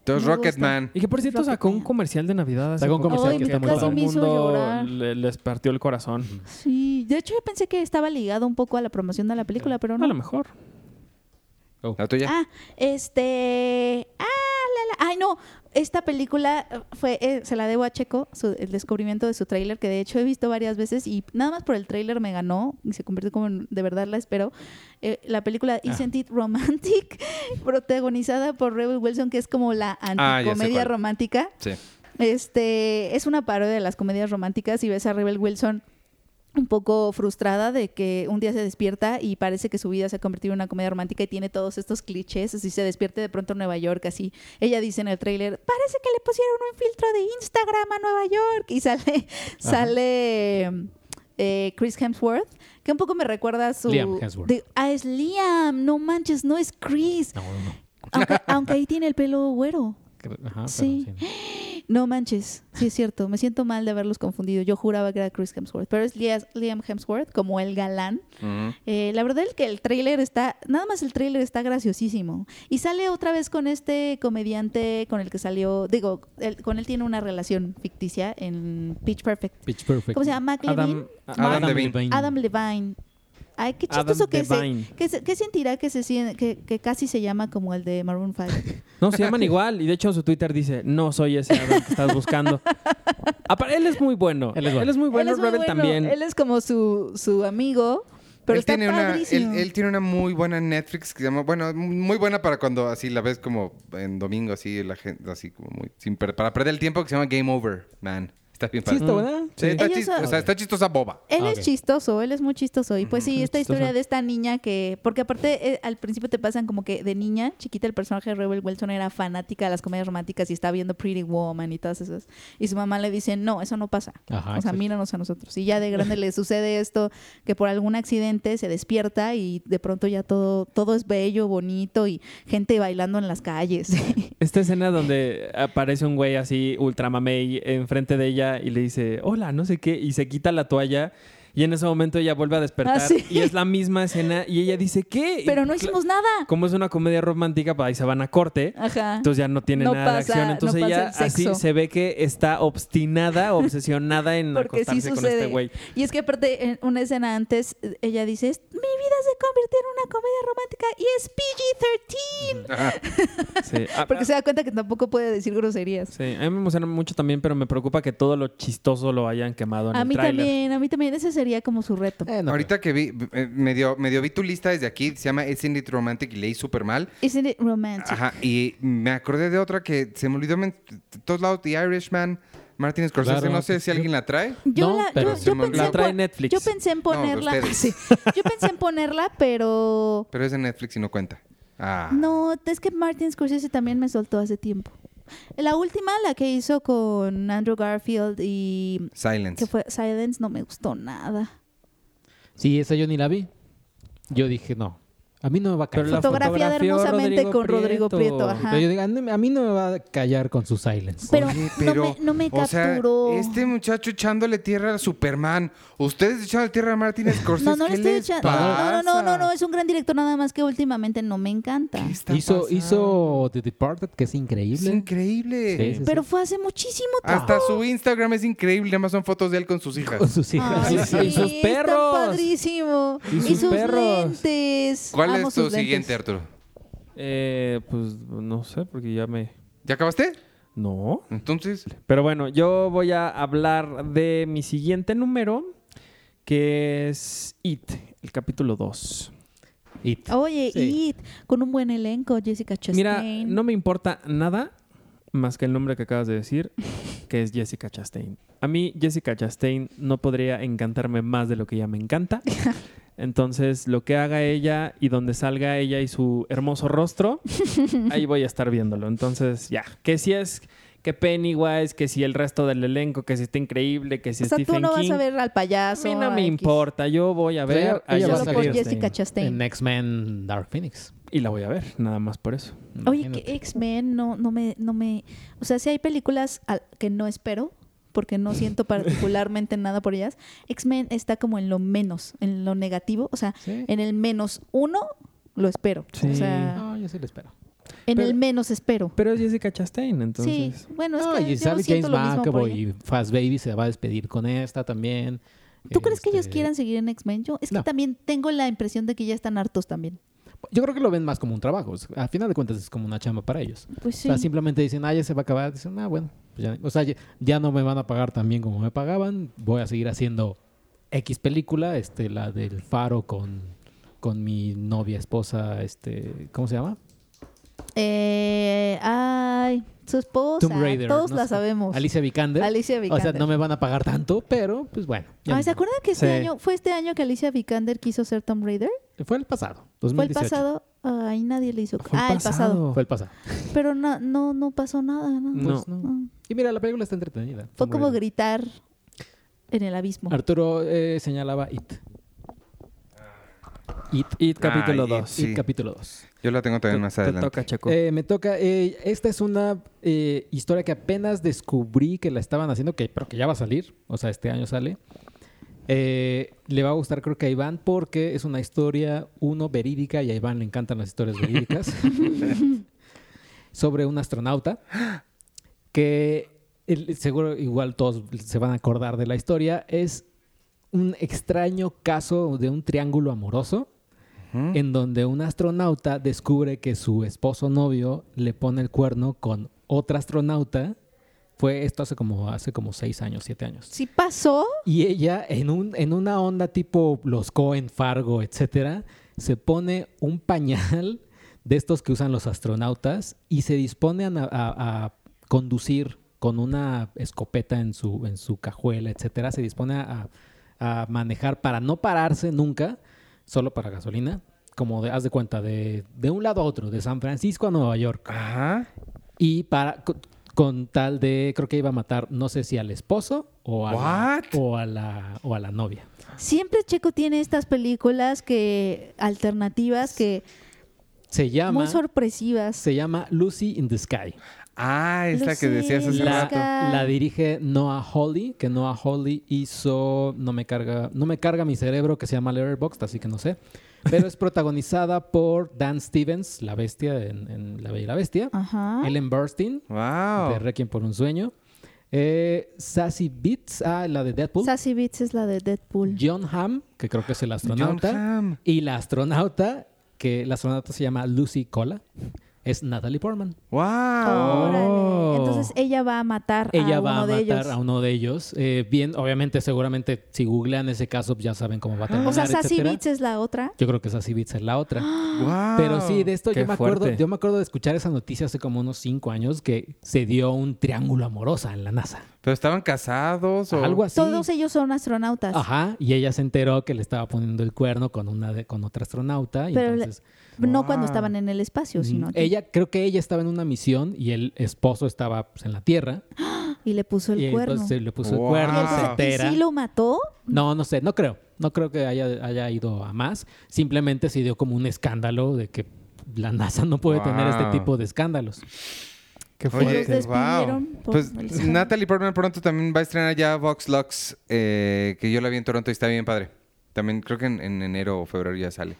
Entonces,
Me gusta.
Rocketman.
Y que por cierto sacó un comercial de Navidad. hace
Sacó un
poco,
comercial que
Ay, me
está muy
casi
todo
padre.
el
me hizo
mundo
llorar.
le- les partió el corazón.
sí de hecho yo pensé que estaba ligado un poco a la promoción de la película pero
A lo
no
mejor.
La tuya.
ah este ah la la ay no esta película eh, fue eh, se la debo a Checo su- el descubrimiento de su tráiler que de hecho he visto varias veces y nada más por el tráiler me ganó y se convirtió como en- de verdad la espero eh, la película
Ah.
Isn't It Romantic protagonizada por Rebel Wilson que es como la
Ah, ya sé
anticomedia
cuál.
romántica
Sí.
este es una parodia de las comedias románticas y ves a Rebel Wilson un poco frustrada de que un día se despierta y parece que su vida se ha convertido en una comedia romántica y tiene todos estos clichés, así se despierte de pronto en Nueva York, así. Ella dice en el tráiler, parece que le pusieron un filtro de Instagram a Nueva York y sale sale eh, Chris Hemsworth, que un poco me recuerda a su
Liam Hemsworth.
de- ah, es Liam, no manches, no es Chris.
No, no, no.
Aunque, aunque ahí tiene el pelo güero.
Cre- Ajá, Ah, pero
Sí.
sí.
No manches, sí es cierto. Me siento mal de haberlos confundido. Yo juraba que era Chris Hemsworth, pero es Lias- Liam Hemsworth como el galán. Eh, la verdad es que el tráiler está, nada más el tráiler está graciosísimo. Y sale otra vez con este comediante con el que salió, digo, él- con él tiene una relación ficticia en Pitch Perfect.
Pitch Perfect.
¿Cómo se llama? Mac Levine.
Adam,
Adam Levine.
Adam Levine. Ay, qué
Adam
chistoso que
Devine.
se, que se- que sentirá que se sien- que, que casi se llama como el de Maroon 5.
No, se llaman igual. Y de hecho su Twitter dice, no soy ese Adam que estás buscando. Apar- él es muy bueno.
Él es bueno.
muy bueno.
él es muy
Rebel
bueno,
también.
Él es como su, su amigo, pero
él
está
tiene una, él,
padrísimo.
él tiene una muy buena Netflix que se llama, bueno, muy buena para cuando así la ves como en domingo, así la gente, así como muy, sin per- para perder el tiempo, que se llama Game Over, man. Está bien
Sí,
padre.
está buena.
Sí, está
Ellos
chis-
son-
o sea, está chistosa boba.
Él
Ah,
es
ok.
chistoso, él es muy chistoso. Y pues sí,
Muy
esta
chistoso.
historia de esta niña que. Porque aparte, eh, al principio te pasan como que de niña, chiquita, el personaje de Rebel Wilson era fanática de las comedias románticas y estaba viendo Pretty Woman y todas esas. Y su mamá le dice, no, eso no pasa.
Ah,
Ajá,
o sea,
exacto.
míranos a nosotros. Y ya de grande le sucede esto, que por algún accidente se despierta y de pronto ya todo, todo es bello, bonito y gente bailando en las calles.
Esta escena donde aparece un güey así, ultramamey, enfrente de ella y le dice, hola, no sé qué, y se quita la toalla. Y en ese momento ella vuelve a despertar.
Ah, sí.
Y es la misma escena. Y ella dice, ¿qué? Y
pero no
cla-
hicimos nada.
Como es una comedia romántica, pues ahí se van a corte.
Ajá.
Entonces ya no tiene
No
nada
pasa-
de acción. Entonces
no pasa
ella
el sexo.
así se ve que está obstinada, obsesionada en
Porque sí
acostarse con
sucede.
este güey.
Y es que aparte, en una escena antes, eh, ella dice, "Es- mi vida se convirtió en una comedia romántica y es PG-13.
Sí. Ah,
Porque se da cuenta que tampoco puede decir groserías.
sí. a mí me emociona mucho también, pero me preocupa que todo lo chistoso lo hayan quemado en
A
el
mí
tráiler.
también, a mí también. Ese sería como su reto.
Eh, no,
Ahorita que vi, eh, medio, medio vi tu lista desde aquí, se llama It's in It Romantic y leí súper mal.
Isn't it romantic?
Ajá, y me acordé de otra que se me olvidó men- de todos lados, The Irishman, Martin Scorsese,
Claro,
no sé
sí.
si alguien la trae.
Yo,
No,
la, yo-
pero
yo
se me
pensé
olvidó.
en
La trae
pon-
Netflix.
Yo pensé en ponerla.
ustedes.
sí. Yo pensé en ponerla, pero
Pero es de Netflix y no cuenta. Ah.
no, es que Martin Scorsese también me soltó hace tiempo. La última, la que hizo con Andrew Garfield y
Silence.
que fue Silence, no me gustó nada.
Sí, esa yo ni la vi. Yo dije, no. A mí no me va a
Pero
caer.
la
Fotografiada
fotografió
hermosamente con Rodrigo Prieto, ajá.
Pero yo digo, a mí- a mí no me va a callar con su silence.
Pero no me, no me
o sea,
capturó.
este muchacho echándole tierra a Superman, ustedes echándole tierra a Martin Scorsese,
no, no
¿qué
le estoy
les
echando.
pasa?
No, no, no, no, no, es un gran director nada más que últimamente no me encanta.
¿Qué está
hizo,
pasando?
hizo The Departed, que es increíble.
Es increíble.
Sí, sí, sí.
Pero fue hace muchísimo tiempo.
Hasta su Instagram es increíble, nada más son fotos de él con sus
con
hijas.
sus hijas.
Ay,
Y sus
sí, está
perros.
padrísimo.
Y
Y
sus
sus
perros.
lentes.
¿Cuál
Amo
es tu
sus lentes.
siguiente, Arturo?
Eh, pues no sé, porque ya me...
¿Ya acabaste?
No.
Entonces,
Pero bueno, yo voy a hablar de mi siguiente número, que es It, el capítulo 2.
It.
Oye,
Sí.
It, con un buen elenco, Jessica
Mira,
Chastain.
no me importa nada más que el nombre que acabas de decir, que es Jessica Chastain. A mí Jessica Chastain no podría encantarme más de lo que ya me encanta. Entonces, lo que haga ella y donde salga ella y su hermoso rostro, ahí voy a estar viéndolo. Entonces, ya, que si es que Pennywise, que si el resto del elenco, que si está increíble, que si
o sea,
Stephen
tú no
King.
vas a ver al payaso.
a mí no
a
me
X.
importa, yo voy a ver
Ella-
a
ella va a
Solo
Jessica
por
salir.
Chastain.
Jessica Chastain.
En X-Men Dark Phoenix.
Y la voy a ver, nada más por eso.
Oye,
Imagínate.
que X-Men no, no me, no me. O sea, si hay películas al- que no espero, porque no siento particularmente nada por ellas, X-Men está como en lo menos, en lo negativo. O sea,
Sí.
en el menos uno lo espero.
Sí.
O sea,
No, yo sí Ah, lo espero.
en
Pero-
el menos espero.
Pero es Jessica Chastain, entonces.
sí, bueno, es
No,
que
y
yo
sale
siento
James
lo mismo por
McAvoy
ella.
y Fast Baby se va a despedir con esta también.
¿Tú crees que ellos
Este,
quieran seguir en X-Men? Yo es que
No.
también tengo la impresión de que ya están hartos también.
Yo creo que lo ven más como un trabajo. Al final de cuentas es como una chamba para ellos.
Pues sí.
O sea, simplemente dicen, ah, ya se va a acabar. Dicen, ah, bueno. pues ya, o sea, ya, ya no me van a pagar tan bien como me pagaban. Voy a seguir haciendo X película, este, la del faro con, con mi novia, esposa, este, ¿cómo se llama?
Eh, ay, su esposa. todos
no
la
sé.
sabemos.
Alicia Vikander.
Alicia
O sea,
Vikander.
no me van a pagar tanto, pero pues bueno. ya
Ay,
no importa.
¿Se acuerdan que este
Sí.
año fue este año que Alicia Vikander quiso ser Tomb Raider?
Fue el pasado.
Fue el
2018.
pasado. Ay, nadie le hizo.
Fue
ah, el pasado.
Fue el pasado.
Pero no, no, no pasó nada. ¿no?
No.
Pues, Y mira, la película está entretenida.
Fue
Tomb
como
Raider.
gritar en el abismo.
Arturo eh, señalaba It. It,
It capítulo
Ah, It.
2.
Sí.
It capítulo 2.
Yo la tengo también más
Te,
adelante.
toca, Checo.
Eh, me toca. eh, esta es una eh, historia que apenas descubrí que la estaban haciendo, que, pero que ya va a salir. O sea, este año sale. Eh, le va a gustar, creo que a Iván, porque es una historia, uno, verídica, y a Iván le encantan las historias verídicas. sobre un astronauta que el- seguro igual todos se van a acordar de la historia. Es un extraño caso de un triángulo amoroso en donde un astronauta descubre que su esposo novio le pone el cuerno con otra astronauta. Fue esto hace como, hace como seis años, siete años.
Sí pasó.
Y ella, en, un, en una onda tipo los Cohen, Fargo, etcétera, se pone un pañal de estos que usan los astronautas y se dispone a, na- a- a conducir con una escopeta en su, en su cajuela, etcétera. Se dispone a, a manejar para no pararse nunca, solo para gasolina, como de, haz de cuenta, de, de un lado a otro, de San Francisco a Nueva York.
Ajá.
Y para con, con tal de, creo que iba a matar, no sé si al esposo o a, la,
What?
o a la o a la novia.
Siempre Checo tiene estas películas que alternativas que
Se llama
muy sorpresivas.
se llama Lucy in the Sky.
Ah, es la que
Lucy
decías hace
in the
La,
rato.
Sky.
la dirige Noah Hawley, que Noah Hawley hizo No me carga, no me carga mi cerebro, que se llama Letterboxd, así que no sé. Pero es protagonizada por Dan Stevens, la bestia en, en La Bella y la Bestia,
Ajá.
Ellen Burstyn, de
Wow.
Requiem por un sueño, eh, Sassy Beats, ah, la de Deadpool,
Sassy Beats es la de Deadpool.
John Hamm, que creo que es el astronauta.
John Hamm.
Y la astronauta, que la astronauta se llama Lucy Cola, es Natalie Portman.
Ah.
Wow.
Órale.
Oh.
Entonces ella va a matar
Ella
a uno
va a
de
matar
ellos.
a uno de ellos. Eh, bien, obviamente, seguramente, si googlean ese caso, ya saben cómo va a terminar,
Ah, o sea, Sassy
etcétera.
Beats es la otra.
Yo creo que Sassy Beats es la otra.
Wow.
Pero sí, de esto
qué
yo me, acuerdo,
fuerte.
yo me acuerdo de escuchar esa noticia hace como unos cinco años que se dio un triángulo amorosa en la NASA.
Pero estaban casados o
Algo así.
Todos ellos son astronautas.
Ajá, y ella se enteró que le estaba poniendo el cuerno con una de- con otra astronauta. Y
Pero le-
entonces,
No
Wow.
cuando estaban en el espacio, sino
Mm,
aquí.
Ella, creo que ella estaba en una misión y el esposo estaba pues, en la tierra.
Y le puso el
y
cuerno.
entonces se le
Wow.
puso el
Y
cuerno,
entonces,
se
Ah.
¿y
entera.
sí lo mató?
No, no sé, no creo. No creo que haya, haya ido a más. Simplemente se dio como un escándalo de que la NASA no puede tener este
Wow.
tipo de escándalos.
Qué
Oye,
fuerte.
Los despidieron por
Pues
el-
Natalie Portman pronto también va a estrenar ya Vox Lux, eh, que yo la vi en Toronto y está bien padre. También creo que en, en enero o febrero ya sale.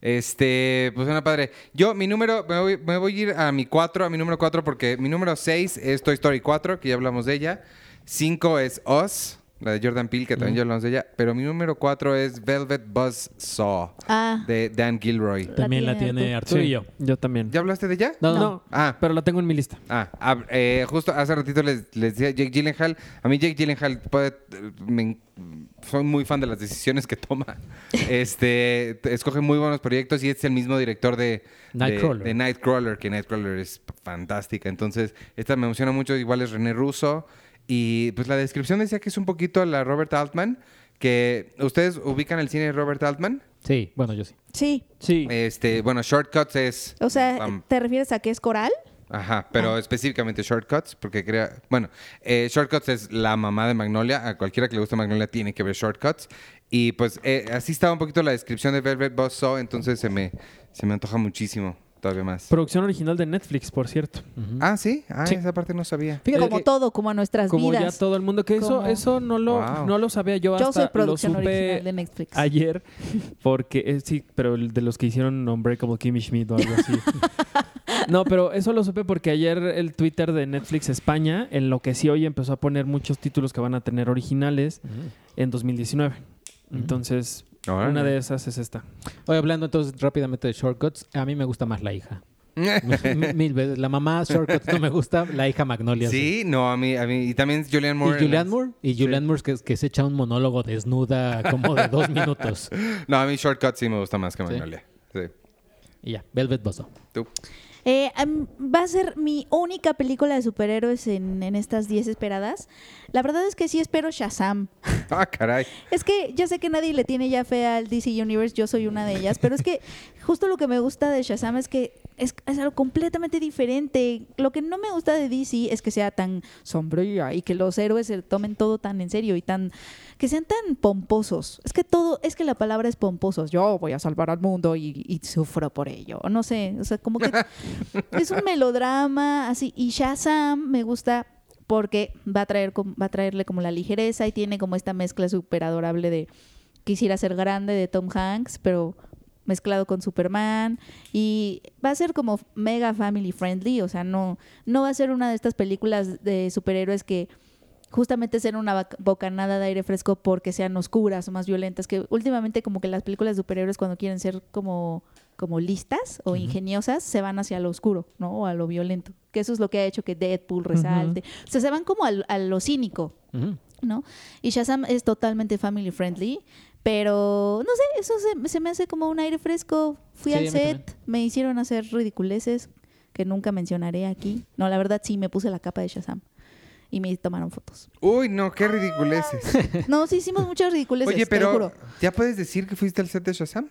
Este, pues una padre. Yo, mi número, me voy, me voy a ir a mi 4, a mi número 4, porque mi número 6 es Toy Story 4, que ya hablamos de ella. 5 es Us, la de Jordan Peele, que
Mm.
también ya hablamos de ella. Pero mi número 4 es Velvet Buzz Saw,
Ah,
de Dan Gilroy.
También la
tiene
tiene Arturo y yo.
también.
¿Ya hablaste de ella?
No, no,
No,
Ah.
pero la tengo en mi lista.
Ah, ah, eh, justo hace ratito les, les decía Jake Gyllenhaal. A mí Jake Gyllenhaal puede- me en- soy muy fan de las decisiones que toma. Este t- escoge muy buenos proyectos y es el mismo director de de-
Nightcrawler.
de Nightcrawler, que Nightcrawler es fantástica. Entonces esta me emociona mucho. Igual es René Russo y pues la descripción decía que es un poquito la Robert Altman. Que ustedes ubican el cine de Robert Altman.
Sí, bueno, yo sí.
sí.
Sí.
Este, bueno, Shortcuts es.
O sea,
am-
¿te refieres a que es coral?
Ajá, pero específicamente Shortcuts, porque crea. Bueno, eh, Shortcuts es la mamá de Magnolia. A cualquiera que le guste Magnolia tiene que ver Shortcuts. Y pues eh, así estaba un poquito la descripción de Velvet Boss Saw, entonces se me, se me antoja muchísimo todavía más.
Producción original de Netflix, por cierto.
ah, sí, ah,
Sí.
esa parte no sabía.
Fíjate
como
que-
todo, como a nuestras
Como
vidas.
ya todo el mundo. Que eso,
Como-
eso no lo,
Wow.
no lo sabía yo hasta
Yo soy producción
lo supe
original de Netflix.
ayer. Porque, eh, sí, pero el de los que hicieron Unbreakable Kimmy Schmidt o algo así. No, pero eso lo supe porque ayer el Twitter de Netflix España enloqueció y empezó a poner muchos títulos que van a tener originales en 2019.
Mm.
Entonces,
Órale.
una de esas es esta.
Hoy hablando entonces rápidamente de Shortcuts, a mí me gusta más la hija. M- Mil veces. La mamá Shortcuts no me gusta, la hija Magnolia
sí, no, a mí, a mí. Y también Julian
Y
Moore. en
Julianne
las-
Moore, y Julianne Moore que, que se echa un monólogo desnuda como de dos minutos.
No, a mí Shortcuts sí me gusta más que
Sí.
Magnolia. Sí.
Y ya, Velvet Bozo.
Tú.
Eh, am- va a ser mi única película de superhéroes en, en estas 10 esperadas. La verdad es que sí espero Shazam.
Ah, caray.
Es que ya sé que nadie le tiene ya fe al DC Universe, yo soy una de ellas, pero es que justo lo que me gusta de Shazam es que es, es algo completamente diferente. Lo que no me gusta de DC es que sea tan sombría y que los héroes se tomen todo tan en serio y tan que sean tan pomposos. Es que todo, es que la palabra es pomposos. Yo voy a salvar al mundo y, y sufro por ello. No sé, o sea, como que es un melodrama así. Y Shazam me gusta porque va a traer com- va a traerle como la ligereza y tiene como esta mezcla súper adorable de quisiera ser grande de Tom Hanks, pero mezclado con Superman y va a ser como mega family friendly, o sea, no no va a ser una de estas películas de superhéroes que justamente ser una bac- bocanada de aire fresco porque sean oscuras o más violentas, que últimamente como que las películas de superhéroes cuando quieren ser como, como listas o ingeniosas se van hacia lo oscuro, ¿no? O a lo violento, que eso es lo que ha hecho que Deadpool resalte, o sea, se van como al- a lo cínico,
Ujú.
¿no? Y Shazam es totalmente family friendly, pero no sé, eso se, se me hace como un aire fresco. Fui
Sí, a
al
mí
set,
también.
me hicieron hacer ridiculeces que nunca mencionaré aquí. No, la verdad sí, me puse la capa de Shazam y me tomaron fotos.
Uy, no, qué ridiculeces.
No, sí hicimos muchas ridiculeces,
Oye,
te lo
pero
juro.
¿ya puedes decir que fuiste al set de Shazam?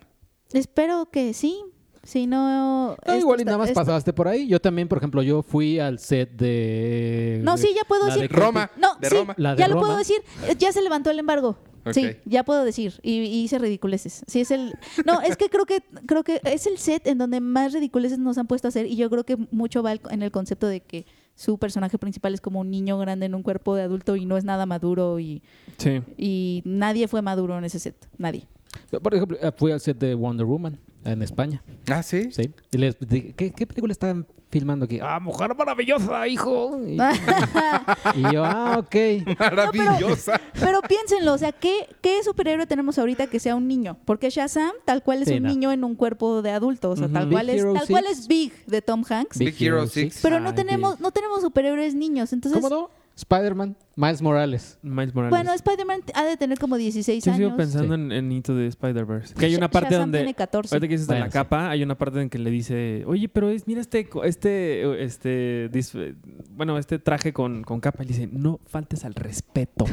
Espero que sí. Si no.
No,
esto
Ah, igual y
está-
nada más
esto-
pasaste por ahí. Yo también, por ejemplo, yo fui al set de...
No, sí, ya puedo
la de
decir.
Creepy.
Roma.
No,
de
sí,
Roma.
La de
ya lo
Roma.
puedo decir. Eh, Ya se levantó el embargo.
Ok.
Sí, ya puedo decir. Y, y hice ridiculeces. Sí, es el. No, es que creo que creo que es el set en donde más ridiculeces nos han puesto a hacer. Y yo creo que mucho va el- en el concepto de que su personaje principal es como un niño grande en un cuerpo de adulto y no es nada maduro y,
Sí.
y nadie fue maduro en ese set. Nadie.
Yo, Por ejemplo, eh, fui al set de Wonder Woman en España.
Ah, sí.
Sí. Y les dije, ¿qué, qué película están filmando aquí? Ah, Mujer Maravillosa, hijo. Y, y yo, ah, ok.
Maravillosa.
Pero piénsenlo, o sea, ¿qué, ¿qué superhéroe tenemos ahorita que sea un niño? Porque Shazam tal cual es
Sí,
un
no.
niño en un cuerpo de adulto, o sea, tal
Ujú.
cual
Big
es
Hero
tal cual
Six.
es Big de Tom Hanks.
Big Hero Six.
Pero
Ay,
no tenemos
Dios.
no tenemos superhéroes niños, entonces
¿Cómo no? Spider-Man, Miles Morales.
Miles Morales.
bueno, Spider-Man t- ha de tener como 16
Yo sigo
años.
pensando en, en Into the Spider-Verse. Que hay una
Sha-
parte
Shazam
donde.
tiene 14.
Ahorita que dices de
Bueno,
la
sí.
capa, hay una parte en que le dice, oye, pero es, mira este, co- este, este, disf- bueno, este traje con, con capa. Y le dice, no faltes al respeto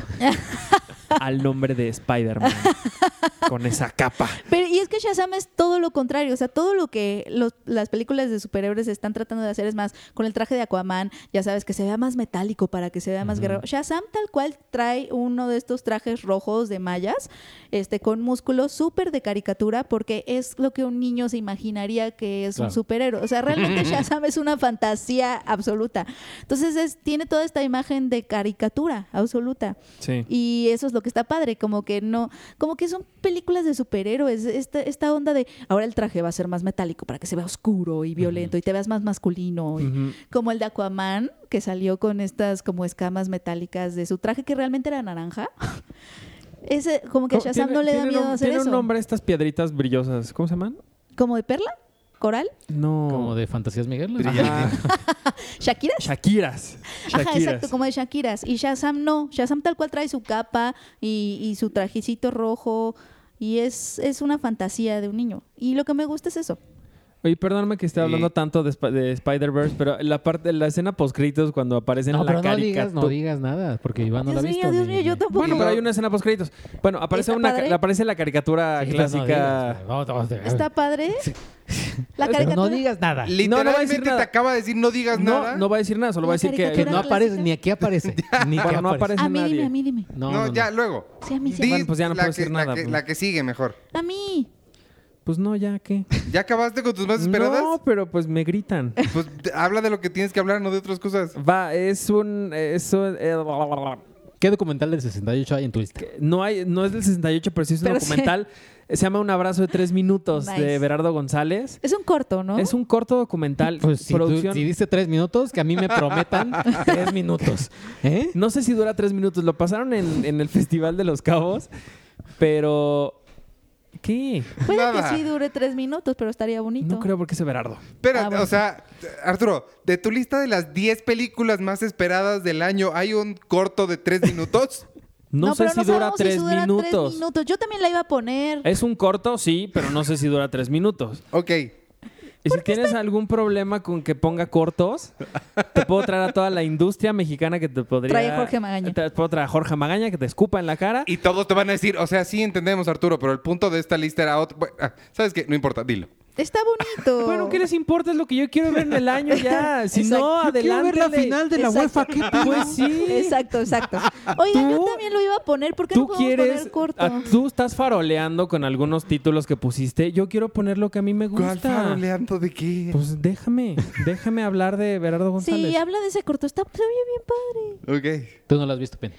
al nombre de Spider-Man con esa capa.
Pero, y es que Shazam es todo lo contrario, o sea, todo lo que los- las películas de superhéroes están tratando de hacer es más con el traje de Aquaman, ya sabes, que se vea más metálico para que se vea más guerrero. Shazam tal cual trae uno de estos trajes rojos de mallas, este, con músculos súper de caricatura, porque es lo que un niño se imaginaría que es un
Claro.
superhéroe. O sea, realmente Shazam es una fantasía absoluta. Entonces es- tiene toda esta imagen de caricatura absoluta.
Sí.
Y eso es lo que está padre, como que no, como que son películas de superhéroes, esta, esta onda de ahora el traje va a ser más metálico para que se vea oscuro y violento y te veas más masculino, y-
Ujú.
como el de Aquaman que salió con estas como escamas metálicas de su traje que realmente era naranja. Ese, como que a
¿Cómo-
Shazam
tiene-
no le da
tiene
miedo
nom-
hacer
Tiene
eso.
un nombre estas piedritas brillosas. ¿Cómo se llaman?
¿Como de perla? ¿Coral?
No.
Como de Fantasías Miguel.
Brillante.
Ajá.
¿Shakiras?
Shakiras. Shakiras.
Ajá, exacto, como de Shakiras. Y Shazam no. Shazam tal cual trae su capa y, y su trajecito rojo. Y es, es una fantasía de un niño. Y lo que me gusta es eso.
Oye, perdóname que esté hablando
Sí.
tanto de, Sp- de Spider-Verse, pero la parte, la escena post-créditos cuando aparecen
No,
la
pero no
caricatura.
digas, no digas nada, porque
Ah,
Iván no
Dios
la ha visto.
mío, Dios
ni-
mío, yo
ni-
tampoco.
Bueno, pero hay una escena post-créditos. Bueno, aparece,
¿Está
una,
padre?
aparece la caricatura
Sí, pero no digas,
clásica.
güey. No, no, no,
eh,
Está padre. La
pero
caricatura.
no digas nada.
No, no va a
Literalmente
decir
te
nada.
acaba de decir no digas
No,
nada.
no va a decir nada, solo va a
La
decir que...
Que
caricatura.
no aparece, ni aquí aparece. ni
Bueno,
que
no aparece.
a mí
nadie.
dime, a mí dime.
No,
No,
no,
ya,
no.
luego.
Sí, a mí sí.
Di
Bueno, pues ya no
la
puedo
que-
decir
la
nada,
que-
pues.
la que sigue mejor.
A mí.
Pues no, ya, ¿qué?
¿Ya acabaste con tus más esperadas?
No, pero pues me gritan.
Pues te- habla de lo que tienes que hablar, no de otras cosas.
Va, es un... Es un- eh,
¿Qué documental del 68 hay en tu lista?
que no, hay, no es del 68, pero sí es un
Pero sí.
documental. Se llama Un abrazo de tres minutos
Nice.
de Berardo González.
Es un corto, ¿no?
Es un corto documental.
Pues si, tú-
producción.
si dice tres minutos, que a mí me prometan tres minutos. ¿Eh?
No sé si dura tres minutos. Lo pasaron en, en el Festival de los Cabos, pero... ¿Qué?
Puede
Nada.
que sí dure tres minutos, pero estaría bonito.
No creo porque es Berardo.
Espera,
Ah, bueno.
o sea, t- Arturo, de tu lista de las 10 películas más esperadas del año, ¿hay un corto de 3 minutos?
No, sé
pero
si dura,
sabemos
tres,
dura
minutos. Eh,
tres minutos. Yo también la iba a poner.
Es un corto, sí, pero no sé si dura tres minutos.
ok.
Y si tienes algún problema con que ponga cortos, te puedo traer a toda la industria mexicana que te podría...
Trae a Jorge Magaña.
Te puedo traer a Jorge Magaña que te escupa en la cara.
Y todos te van a decir, o sea, sí entendemos, Arturo, pero el punto de esta lista era otro. Bueno, ah, ¿Sabes qué? No importa, dilo.
Está bonito.
Bueno, ¿qué les importa? Es lo que yo quiero ver en el año ya. Si
Exacto.
no,
Yo
Quiero
adelante.
ver la final de la
Exacto.
UEFA. ¿Qué pedo?
Pues sí.
Exacto, exacto. Oigan, yo
Tú-
también lo iba a poner. ¿Por qué no
Tú
podemos
quieres.
poner corto?
ah, tú estás faroleando con algunos títulos que pusiste. Yo quiero poner lo que a mí me
¿Cuál
gusta.
faroleando de qué?
Pues déjame, déjame hablar de Berardo González.
Sí, habla de ese corto. Está se oye bien padre.
Ok.
Tú no lo has visto, Penny.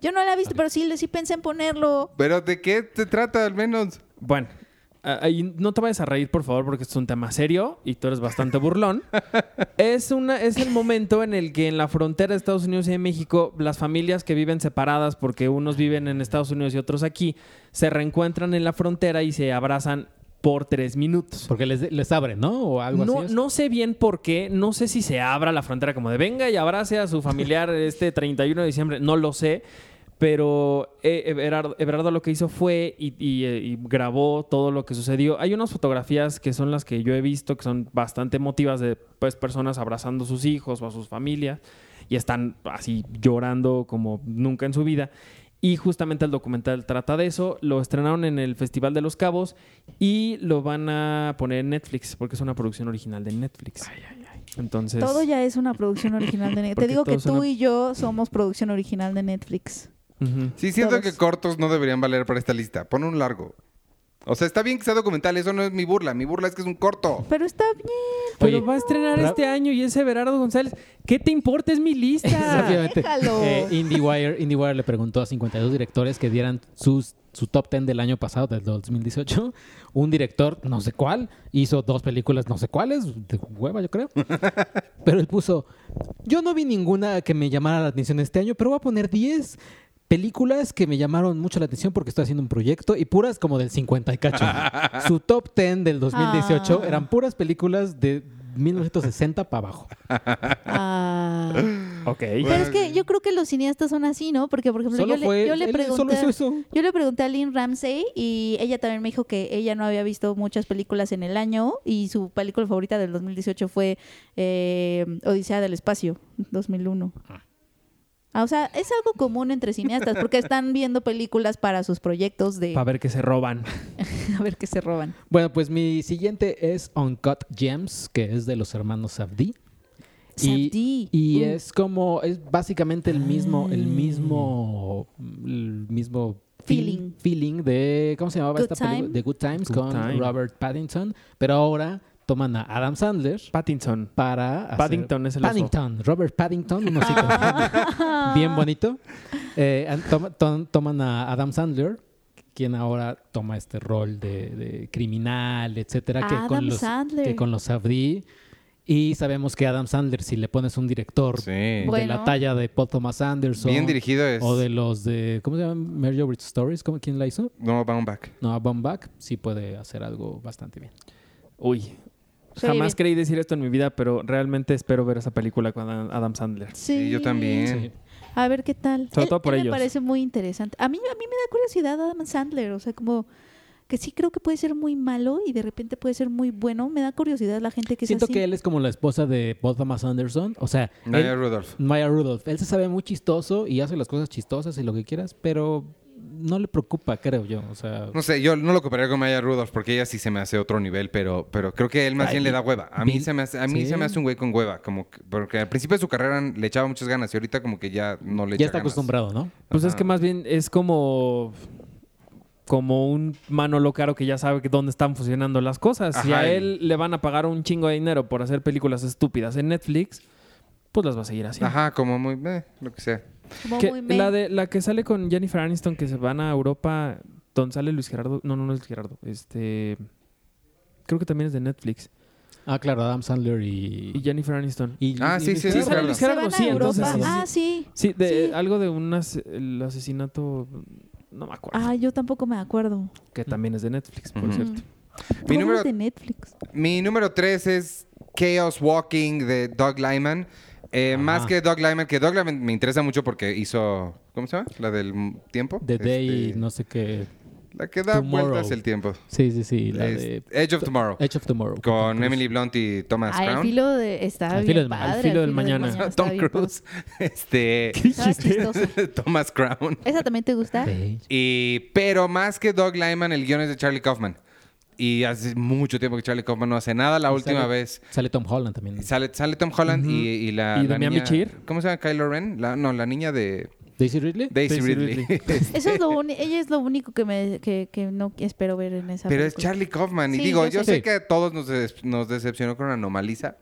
Yo no la he visto, pero sí, sí pensé en ponerlo.
Pero ¿de qué te trata al menos?
Bueno, ah, ahí no te vayas a reír, por favor, porque es un tema serio y tú eres bastante burlón. es, una, es el momento en el que en la frontera de Estados Unidos y de México, las familias que viven separadas, porque unos viven en Estados Unidos y otros aquí, se reencuentran en la frontera y se abrazan por tres minutos.
Porque les, les abren, ¿no? O algo
No,
así.
no sé bien por qué, no sé si se abra la frontera como de venga y abrace a su familiar este 31 de diciembre, no lo sé. Pero eh, Everardo, Everardo lo que hizo fue y, y, eh, y grabó todo lo que sucedió. Hay unas fotografías que son las que yo he visto, que son bastante emotivas de pues, personas abrazando a sus hijos o a sus familias y están así llorando como nunca en su vida. Y justamente el documental trata de eso. Lo estrenaron en el Festival de los Cabos y lo van a poner en Netflix porque es una producción original de Netflix. Entonces,
Todo ya es una producción original de Netflix.
Pues Porque
Te digo que
todos
tú
son-
y yo somos producción original de Netflix.
ujú.
Sí, siento
Todos.
que cortos no deberían valer para esta lista. Pon un largo. O sea, está bien que sea documental, eso no es mi burla. Mi burla es que es un corto.
Pero está bien.
Pero
Oye,
va a estrenar
ra-
este año y ese Berardo González. ¿Qué te importa? Es mi lista.
Rápidamente.
déjalo.
Eh, IndieWire, IndieWire le preguntó a 52 directores que dieran sus, su top 10 del año pasado, del 2018. Un director, no sé cuál, hizo dos películas, no sé cuáles, de hueva, yo creo. Pero él puso: Yo no vi ninguna que me llamara la atención este año, pero voy a poner 10 películas que me llamaron mucho la atención porque estoy haciendo un proyecto y puras como del 50 y cacho. Su top 10 del 2018
Ah.
eran puras películas de 1960 para abajo.
Ah.
ok.
Pero es que yo creo que los cineastas son así, ¿no? Porque, por ejemplo,
Solo
yo,
fue-
le, yo le
él
pregunté.
solo hizo eso.
Yo le pregunté a Lynn Ramsey y ella también me dijo que ella no había visto muchas películas en el año y su película favorita del 2018 fue eh, Odisea del Espacio, 2001. Ah, o sea, es algo común entre cineastas porque están viendo películas para sus proyectos de
Para ver que se roban.
a ver qué se roban.
Bueno, pues mi siguiente es Uncut Gems, que es de los hermanos Safdie.
Safdie.
Y, y
Uh.
es como, es básicamente el mismo,
Ah.
el mismo, el mismo
Feeling.
feel- feeling de, ¿cómo se llamaba
Good
esta película?
Time.
De Good Times
Good
con
Time.
Robert Pattinson, pero ahora toman a Adam Sandler
Pattinson.
para hacer-
Paddington es el oso.
Paddington, Robert Paddington, un osito.
Ah.
bien bonito. Eh, an- toma- ton- toman a Adam Sandler, quien ahora toma este rol de, de criminal, etcétera, que
Adam
con los
Sandler.
que con los Safdie. y sabemos que Adam Sandler si le pones un director
Sí.
de
Bueno.
la talla de Paul Thomas Anderson
Bien dirigido es.
o de los de ¿cómo se llaman? Marjorie Stories, ¿cómo quién la hizo?
No, Back.
No, Back sí puede hacer algo bastante bien.
Uy.
Sí,
Jamás
bien.
creí decir esto en mi vida, pero realmente espero ver esa película con Adam Adam Sandler.
Sí, yo también.
Sí.
A ver qué tal.
Sobre
Él-
todo por
él me
ellos.
parece muy interesante. A mí, a mí me da curiosidad Adam Sandler, o sea, como que sí creo que puede ser muy malo y de repente puede ser muy bueno. Me da curiosidad la gente que
Siento
es así.
que él es como la esposa de Paul Thomas Anderson, o sea,
Naya
él-
Rudolph.
Maya Rudolph. Él se sabe muy chistoso y hace las cosas chistosas y lo que quieras, pero no le preocupa, creo yo. O sea,
No sé, yo no lo compararía con Maya Rudolph porque ella sí se me hace otro nivel, pero, pero creo que él más
Ay,
bien le da hueva. A mí,
Bill-
se me, hace, a mí
sí.
se me hace un güey con hueva, como que- porque al principio de su carrera le echaba muchas ganas y ahorita como que ya no le echa
ya está
ganas.
acostumbrado, ¿no?
Pues es
Ajá.
que más bien es como como un Manolo Caro que ya sabe que dónde están funcionando las cosas. Si
Ajá,
a
y-
él le van a pagar un chingo de dinero por hacer películas estúpidas en Netflix, pues las va a seguir haciendo.
Ajá, como muy... eh, lo que sea.
Como
Que
muy meh.
la de la que sale con Jennifer Aniston que se van a Europa, donde sale Luis Gerardo, no, no, no es Luis Gerardo, este creo que también es de Netflix
Ah, claro, Adam Sandler
y
y.
Jennifer Aniston.
y-
Ah,
y-
sí,
y-
sí,
Sí,
sí,
sale
claro.
Luis
se van
Gerardo,
a
sí, entonces
Europa.
sí, sí.
ah, sí.
Sí, de
Sí.
algo de un as- el asesinato no me acuerdo,
Ah, yo tampoco me acuerdo.
que también es de Netflix, por
Ujú.
cierto.
Mm.
Mi
Todo
número-
es de Netflix.
Mi número tres es Chaos Walking de Doug Lyman. Eh,
Ah.
Más que Doug Lyman, que Doug Lyman me interesa mucho porque hizo... ¿Cómo se llama? La del m- tiempo.
The Day,
Este,
no sé qué.
La que da
Tomorrow.
vueltas el tiempo.
Sí, sí, sí. La
Es
de
Edge of Tomorrow.
Edge of Tomorrow.
Con Emily Blunt y Thomas
Ah, el
Crown.
filo de. Está
Al
bien
filo del- al
padre,
filo del mañana.
está
Tom
bien
Cruise. Este.
padre. Estaba chistoso.
Thomas Crown.
¿Esa también te gusta?
Sí.
Y, pero más que Doug Lyman, el guion es de Charlie Kaufman. Y hace mucho tiempo que Charlie Kaufman no hace nada. La
Y
última
sale-
vez
Sale Tom Holland también.
sale, sale Tom Holland y, y la.
¿Y
la
Damián
niña-
Bichir?
¿Cómo se llama? Kylo Ren. La- no, la niña de
Daisy Ridley.
Daisy,
Daisy
Ridley.
Eso es lo uni- ella es lo único que, me, que, que no espero ver en esa
Pero es
película.
Charlie Kaufman. Y
Sí,
digo,
yo
yo
sé.
sé
Sí.
que a todos nos, des- nos decepcionó con Anomaliza,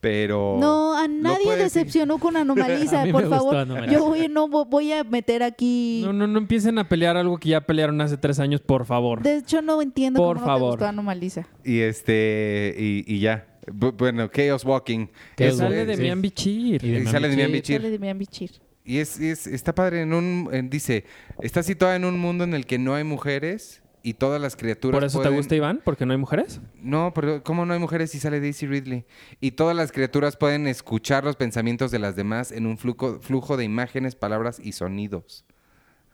pero.
No, a
lo
nadie
puede-
decepcionó con Anomaliza,
A mí me
por
gustó
favor.
Anomaliza.
Yo voy, no, vo- voy a meter aquí.
No, no, no empiecen a pelear algo que ya pelearon hace tres años, por favor.
De hecho, no entiendo
Por
cómo no
favor.
te gustó Anomaliza.
Y este. Y, y ya. Bu- bueno, Chaos Walking.
Chaos
Eso
Sale
es-
de
Sí.
Mian Bichir.
Y de
y
Mian
sale de Mian Bichir.
Sale de Mian Bichir.
Y es, es- está padre en un... en- dice, está situada en un mundo en el que no hay mujeres y todas las criaturas
¿Por eso
pueden-
te gusta Iván? ¿Porque no hay mujeres?
No, pero ¿cómo no hay mujeres si sale Daisy Ridley? Y todas las criaturas pueden escuchar los pensamientos de las demás en un flujo, flujo de imágenes, palabras y sonidos.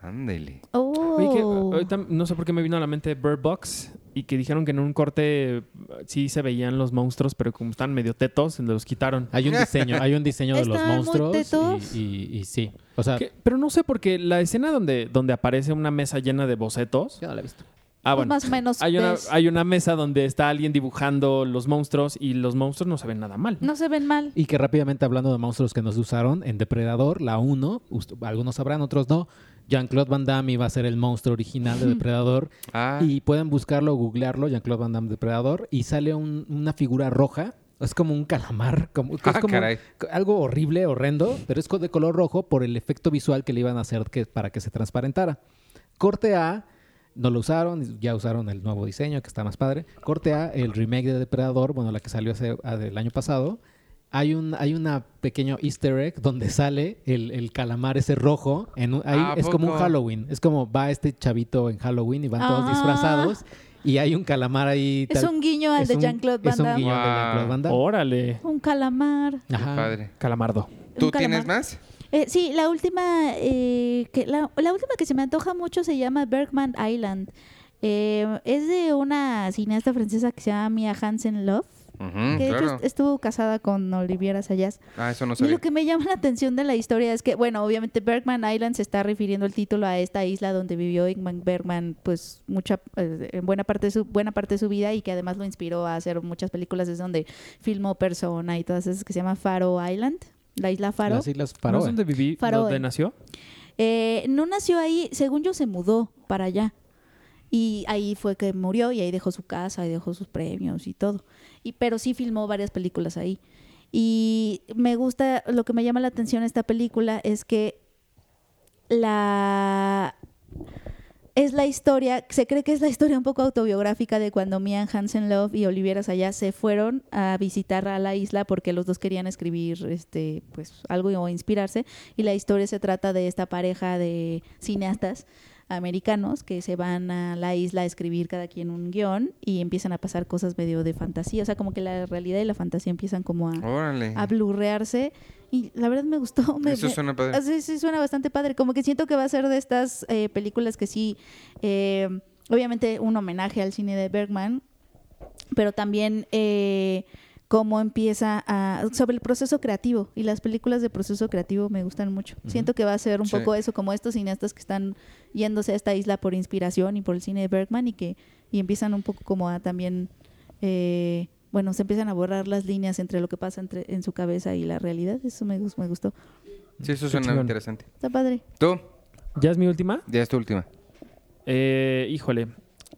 Ándele.
Oh.
Oye, que, ahorita no sé por qué me vino a la mente Bird Box y que dijeron que en un corte eh, sí se veían los monstruos, pero como están medio tetos, los quitaron.
Hay un diseño, hay un diseño de los
Estaban muy
monstruos
tetos.
y, y- y sí. O sea,
Que- Pero no sé, porque la escena donde, donde aparece una mesa llena de bocetos.
yo no la he visto.
Ah,
Pues
bueno.
más o menos.
Hay una,
ves.
hay una mesa donde está alguien dibujando los monstruos y los monstruos no se ven nada mal.
No se ven mal.
Y que rápidamente hablando de monstruos que nos usaron, en Depredador, la 1, ust- algunos sabrán, otros no, Jean-Claude Van Damme iba a ser el monstruo original de Depredador.
Ah,
Y pueden buscarlo, googlearlo, Jean-Claude Van Damme Depredador, y sale un- una figura roja. Es como un calamar, como, que es
Ah,
como
caray.
co- algo horrible, horrendo, pero es co- de color rojo por el efecto visual que le iban a hacer que, para que se transparentara. Corte A, no lo usaron, ya usaron el nuevo diseño que está más padre. Corte A, el remake de Depredador, bueno, la que salió hace, ah, del año pasado. Hay un hay una pequeño easter egg donde sale el, el calamar ese rojo. En un- ahí
¿A
es como un
poco?
Halloween. Es como va este chavito en Halloween y van todos
Ah.
disfrazados y hay un calamar ahí.
Es
tal-
un guiño al
es
de
un-
Jean-Claude Van
Es un
Damme.
guiño al de Jean-Claude Van Damme.
Órale.
Un calamar.
Oh, qué
Ajá.
padre.
Calamardo.
¿Tú
un
tienes
calamar.
más?
Eh, sí, la última, eh, que, la, la última que se me antoja mucho se llama Bergman Island. Eh, es de una cineasta francesa que se llama Mia Hansen Love,
Ujú,
que de
Mm, claro.
hecho estuvo casada con Oliviera Sayas.
Ah, eso no
Y
sabía.
lo que me llama la atención de la historia es que, bueno, obviamente Bergman Island se está refiriendo el título a esta isla donde vivió Ingmar Bergman, pues mucha, eh, en buena parte de su buena parte de su vida y que además lo inspiró a hacer muchas películas. Es donde filmó Persona y todas esas que se llama Faro Island, la isla Faro.
Ah,
Las Islas
¿No
Faroe.
es donde viví?
Faroe.
¿Donde nació?
Eh, no nació ahí, según yo se mudó para allá. Y ahí fue que murió y ahí dejó su casa y dejó sus premios y todo. Y, pero sí filmó varias películas ahí. Y me gusta, lo que me llama la atención de esta película es que la es la historia, se cree que es la historia un poco autobiográfica de cuando Mian Hansen Love y Olivier Sayas se fueron a visitar a la isla porque los dos querían escribir este pues algo o inspirarse y la historia se trata de esta pareja de cineastas americanos que se van a la isla a escribir cada quien un guión y empiezan a pasar cosas medio de fantasía, o sea, como que la realidad y la fantasía empiezan como a,
Órale.
a blurrearse y la verdad me gustó. me-
Eso
me-
suena padre.
Ah, Sí, sí, suena bastante padre. Como que siento que va a ser de estas eh, películas que sí, eh, obviamente un homenaje al cine de Bergman, pero también eh, cómo empieza a... sobre el proceso creativo. Y las películas de proceso creativo me gustan mucho. Siento que va a ser un
Sí.
poco eso, como estos cineastas que están yéndose a esta isla por inspiración y por el cine de Bergman y que y empiezan un poco como a también... eh, bueno, se empiezan a borrar las líneas entre lo que pasa entre, en su cabeza y la realidad. Eso me, gus- me gustó.
Sí, eso
Qué
suena
chingón.
interesante.
Está padre.
¿Tú?
¿Ya es mi última?
Ya es tu última.
Eh, híjole.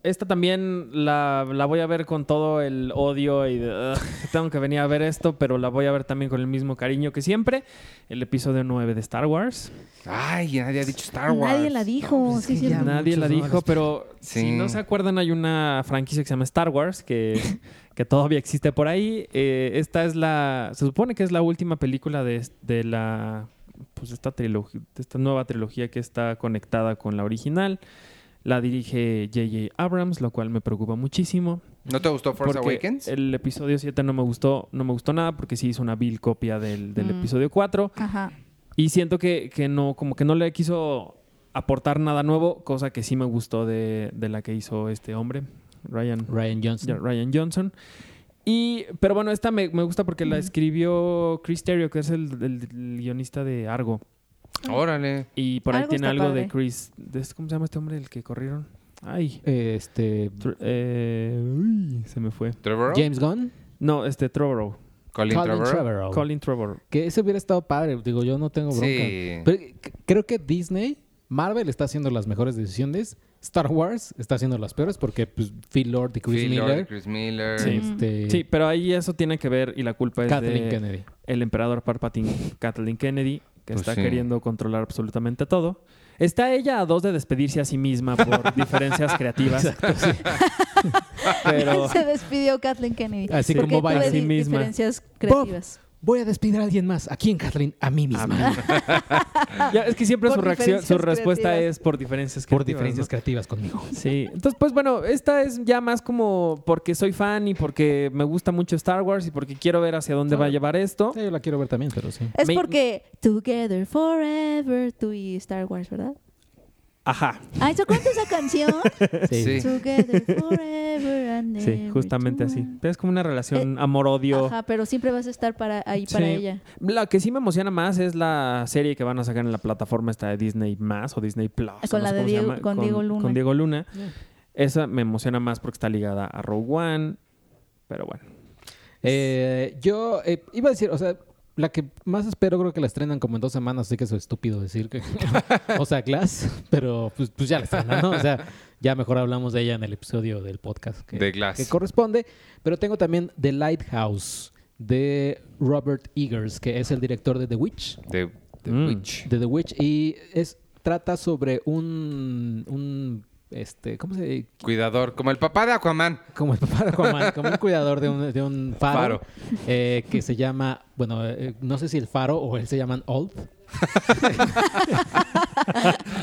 Esta también la, la voy a ver con todo el odio y de, "Ugh, tengo que venir a ver esto, pero la voy a ver también con el mismo cariño que siempre. El episodio 9 de Star Wars.
Ay, nadie ha dicho Star Wars.
Nadie la dijo. sí,
pues que
sí,
ya
no.
Nadie
muchos
la
no
dijo,
les-
pero si
Sí.
no se acuerdan, hay una franquicia que se llama Star Wars que, que todavía existe por ahí. Eh, esta es la. Se supone que es la última película de, es- de la. Pues esta trilogía, esta nueva trilogía que está conectada con la original. La dirige J.J. Abrams, lo cual me preocupa muchísimo.
¿No te gustó Force
porque
Awakens?
El episodio 7 no me gustó, no me gustó nada porque sí hizo una vil copia del, del
Mm.
episodio 4.
Ajá.
Y siento que, que no, como que no le quiso aportar nada nuevo, cosa que sí me gustó de, de la que hizo este hombre, Ryan,
Ryan Johnson.
ya, Ryan Johnson. Y, pero bueno, esta me, me gusta porque la escribió Chris Terrio, que es el, el- el guionista de Argo.
Órale.
Y por ahí
Argo
tiene
está
algo de
padre.
Chris. de- ¿Cómo se llama este hombre el que corrieron? Ay.
eh, este,
Tr- eh, uy, se me fue.
¿Trevor?
James Gunn,
No, este Trevorrow.
Colin, Trevorrow.
Trevorrow.
Colin Trevorrow.
Que ese hubiera estado padre, digo, yo no tengo bronca.
Sí.
Pero c- creo que Disney, Marvel está haciendo las mejores decisiones, Star Wars está haciendo las peores porque pues, Phil Lord y Chris
Phil
Miller,
Lord, Chris Miller.
Sí.
este,
Sí, pero ahí eso tiene que ver y la culpa es
Kathleen
de
Kennedy.
el emperador Palpatine, Kathleen Kennedy, que
Pues
está
sí.
queriendo controlar absolutamente todo. Está ella a dos de despedirse a sí misma por diferencias creativas. pero
Se despidió Kathleen Kennedy.
Así
Porque
como va
tuve
a sí
di-
misma.
Diferencias creativas.
Voy a despedir a alguien más. ¿A quién, Kathleen? A mí misma.
Ah, ya, es que siempre su
Por
reacción, su
diferencias
respuesta
creativas.
es por diferencias creativas.
Por diferencias
¿no?
creativas conmigo.
Sí, entonces pues bueno, esta es ya más como porque soy fan y porque me gusta mucho Star Wars y porque quiero ver hacia dónde va a llevar esto.
Sí, yo la quiero ver también, pero sí.
Es
Me-
porque Together Forever, tú y Star Wars, ¿verdad?
Ajá,
Ah, ¿se acuerdan de esa canción?
Sí.
Together Forever and
sí,
never
justamente
too
así.
much.
Pero es como una relación amor-odio.
Eh, Ajá, pero siempre vas a estar para ahí para
Sí.
ella.
La que sí me emociona más es la serie que van a sacar en la plataforma esta de Disney más o Disney Plus. o
Ah, Con
no
la
sé
de
cómo se
Diego-
llama,
con Diego Luna. Mm.
Con Diego Luna. Esa me emociona más porque está ligada a Rogue One. Pero bueno.
Eh, yo eh, iba a decir, o sea, la que más espero creo que la estrenan como en dos semanas, así que es estúpido decir que... o sea, Glass, pero pues, pues ya la estrenan, ¿no? O sea, ya mejor hablamos de ella en el episodio del podcast que,
De Glass.
que corresponde. Pero tengo también The Lighthouse de Robert Eggers, que es el director de The Witch.
The, The
Mm.
Witch.
de The Witch y es trata sobre un un este cómo se
Cuidador. Como el papá de Aquaman.
como el papá de Aquaman, como un cuidador de un, de un faro,
Faro.
eh, que se llama, bueno, eh, no sé si el faro o él se llaman Old,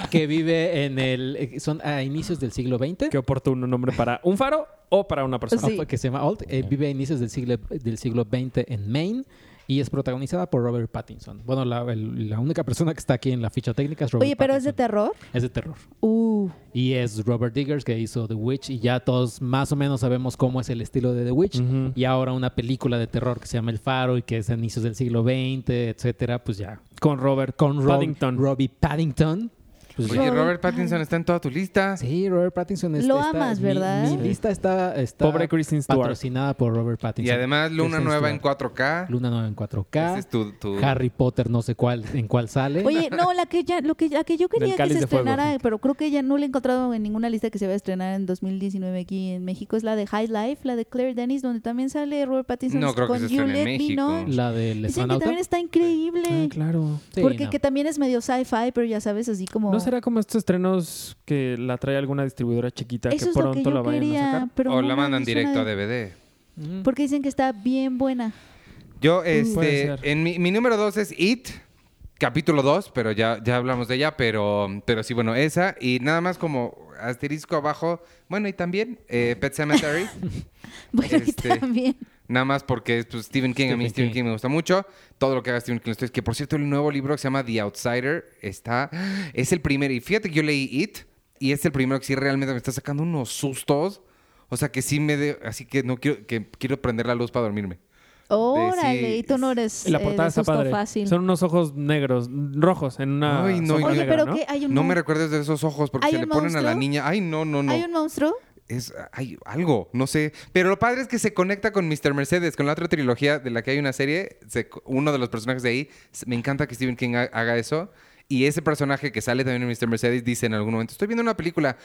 que vive en el, eh, son a inicios del siglo XX,
Qué oportuno nombre para un faro o para una persona.
Ah,
Sí.
que se llama Old, eh, vive a inicios del siglo, del siglo XX en Maine y es protagonizada por Robert Pattinson. Bueno, la, el- la única persona que está aquí en la ficha técnica es Robert
Oye, pero es de
Pattinson.
terror.
Es de terror.
Uh,
Y es Robert Diggers que hizo The Witch y ya todos más o menos sabemos cómo es el estilo de The Witch.
Ujú.
Y ahora una película de terror que se llama El Faro y que es a inicios del siglo XX, etcétera, pues ya.
Con Robert.
Con Rob-
Paddington.
Robbie Paddington. Pues
Oye,
ya.
Robert
Robert Pattinson está en toda tu lista.
Sí, Robert Pattinson es-
Lo
está-
amas,
mi-
¿verdad?
Mi,
Sí.
lista está, está
Pobre Kristen Stewart.
patrocinada por Robert Pattinson.
Y además Luna
Kristen
Nueva en
Stewart.
4K.
Luna Nueva en 4K.
Ese es tu- tu-
Harry Potter, no sé cuál, en cuál sale.
oye, no, la que ya, lo que, la que yo
Del
quería que
Cáliz
se
de Fuego.
estrenara, pero creo que ya no la he encontrado en ninguna lista que se va a estrenar en 2019 aquí en México, es la de High Life, la de Claire Dennis, donde también sale Robert Pattinson
No creo que
con
se estrene en
Juliette
México.
Binoche.
la del
Dicen que
Espanauta.
también está increíble.
Ah, claro.
Sí,
Porque
no.
que también es medio sci-fi, pero ya sabes, así como...
¿No será como estos estrenos que la trae alguna distribuidora chiquita
Eso
que
es lo
pronto
que
la
yo
vayan a
quería,
sacar?
pero
o
no
la
me
mandan
suena
directo a
de-
DVD.
Ujú.
Porque dicen que está bien buena.
Yo,
Puede
este,
ser.
en mi, mi número dos es It, capítulo 2, pero ya, ya hablamos de ella, pero, pero sí, bueno, esa. Y nada más como asterisco abajo, bueno, y también eh, Pet Cemetery.
Bueno, y
Este,
también.
Nada más porque pues, Stephen King, a mí
Stephen
Stephen
King.
King. me gusta mucho. Todo lo que haga Stephen King lo estoy. Que por cierto, el nuevo libro que se llama The Outsider está. Es el primero. Y fíjate que yo leí It y es el primero que sí realmente me está sacando unos sustos. O sea que sí me. de- así que no quiero. Que quiero prender la luz para dormirme.
Órale,
sí,
y tú no
es-
eres
Y la
eh,
portada
de
está
susto
padre.
fácil.
Son unos ojos negros, rojos, en una.
Ay, no,
sombra
yo-
Oye,
negra,
pero
¿no?
que hay un,
No
mon-
me recuerdes de esos ojos porque
¿Hay
se le
un
ponen a la
monstruo?
niña. Ay, no, no, no.
¿Hay un monstruo?
Es, hay algo, no sé. Pero lo padre es que se conecta con Mr. Mercedes, con la otra trilogía de la que hay una serie. se- uno de los personajes de ahí, s- me encanta que Stephen King ha- haga eso. Y ese personaje que sale también en Mr. Mercedes dice en algún momento, estoy viendo una película,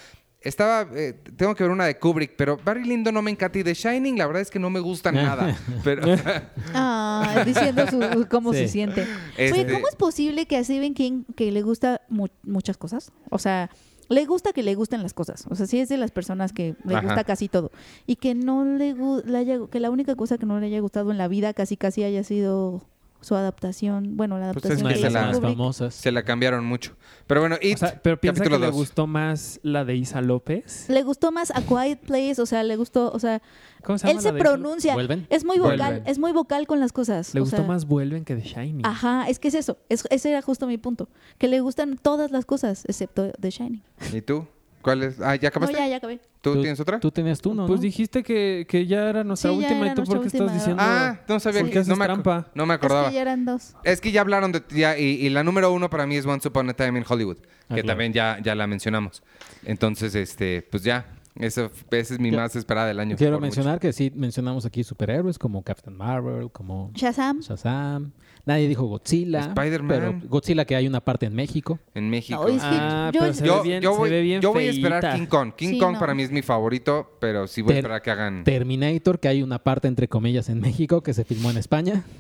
estaba, eh, tengo que ver una de Kubrick, pero Barry Lindo no me encanta y The Shining la verdad es que no me gusta nada. Pero,
Ah, diciendo su- cómo
Sí.
se siente. Oye,
Este-
¿cómo es posible que a Stephen King, que le gusta mu- muchas cosas, o sea, le gusta que le gusten las cosas, o sea, sí es de las personas que le
Ajá.
gusta casi todo, y que no le, gu- le haya- que la única cosa que no le haya gustado en la vida casi casi haya sido su adaptación, bueno, la
Pues es
adaptación
una
que
de
que
se
las
hizo
la-
más
Kubrick.
famosas.
se la cambiaron mucho. Pero bueno, It,
O sea, pero piensa que
capítulo
le
dos.
gustó más la de Isa López.
Le gustó más a Quiet Place, o sea, le gustó, o sea,
¿Cómo se llama Pues la
él se
de Isa López?
pronuncia,
¿Vuelven?
es muy vocal,
Vuelven.
es muy vocal con las cosas.
Le
o
gustó
sea,
más Vuelven que The Shining.
Ajá, es que es eso, es- ese era justo mi punto, que le gustan todas las cosas excepto The Shining.
¿Y tú? ¿Cuál es? Ah, ¿ya acabaste?
No, ya, ya acabé.
¿Tú, tienes otra?
Tú tenías tú, ¿no?
Pues
¿No?
dijiste que, que ya era nuestra
Sí, ya
última
era
y tú por
nuestra
qué estás
última.
diciendo.
Ah, no sabía
Sí.
que
Porque
no
haces
me, acu-
trampa.
no me acordaba.
Es que ya eran dos.
Es que ya hablaron de. ya- y, y la número uno para mí es Once Upon a Time in Hollywood, que
Ah, claro.
también ya, ya la mencionamos. Entonces, este, pues ya. Esa, f- esa es mi
Yo-
más esperada del año.
Quiero
por mucho.
mencionar que sí mencionamos aquí superhéroes como Captain Marvel, como
Shazam.
Shazam. Nadie dijo Godzilla.
Spider-Man.
Pero Godzilla que hay una parte en México.
En México.
No, es que
Ah,
yo,
pero se
yo,
ve bien-
yo
se
voy,
ve bien
yo voy a esperar
feíta.
King Kong. King
Sí,
Kong
no.
para mí es mi favorito, pero sí voy a
Ter-
esperar que hagan.
Terminator que hay una parte entre comillas en México que se filmó en España.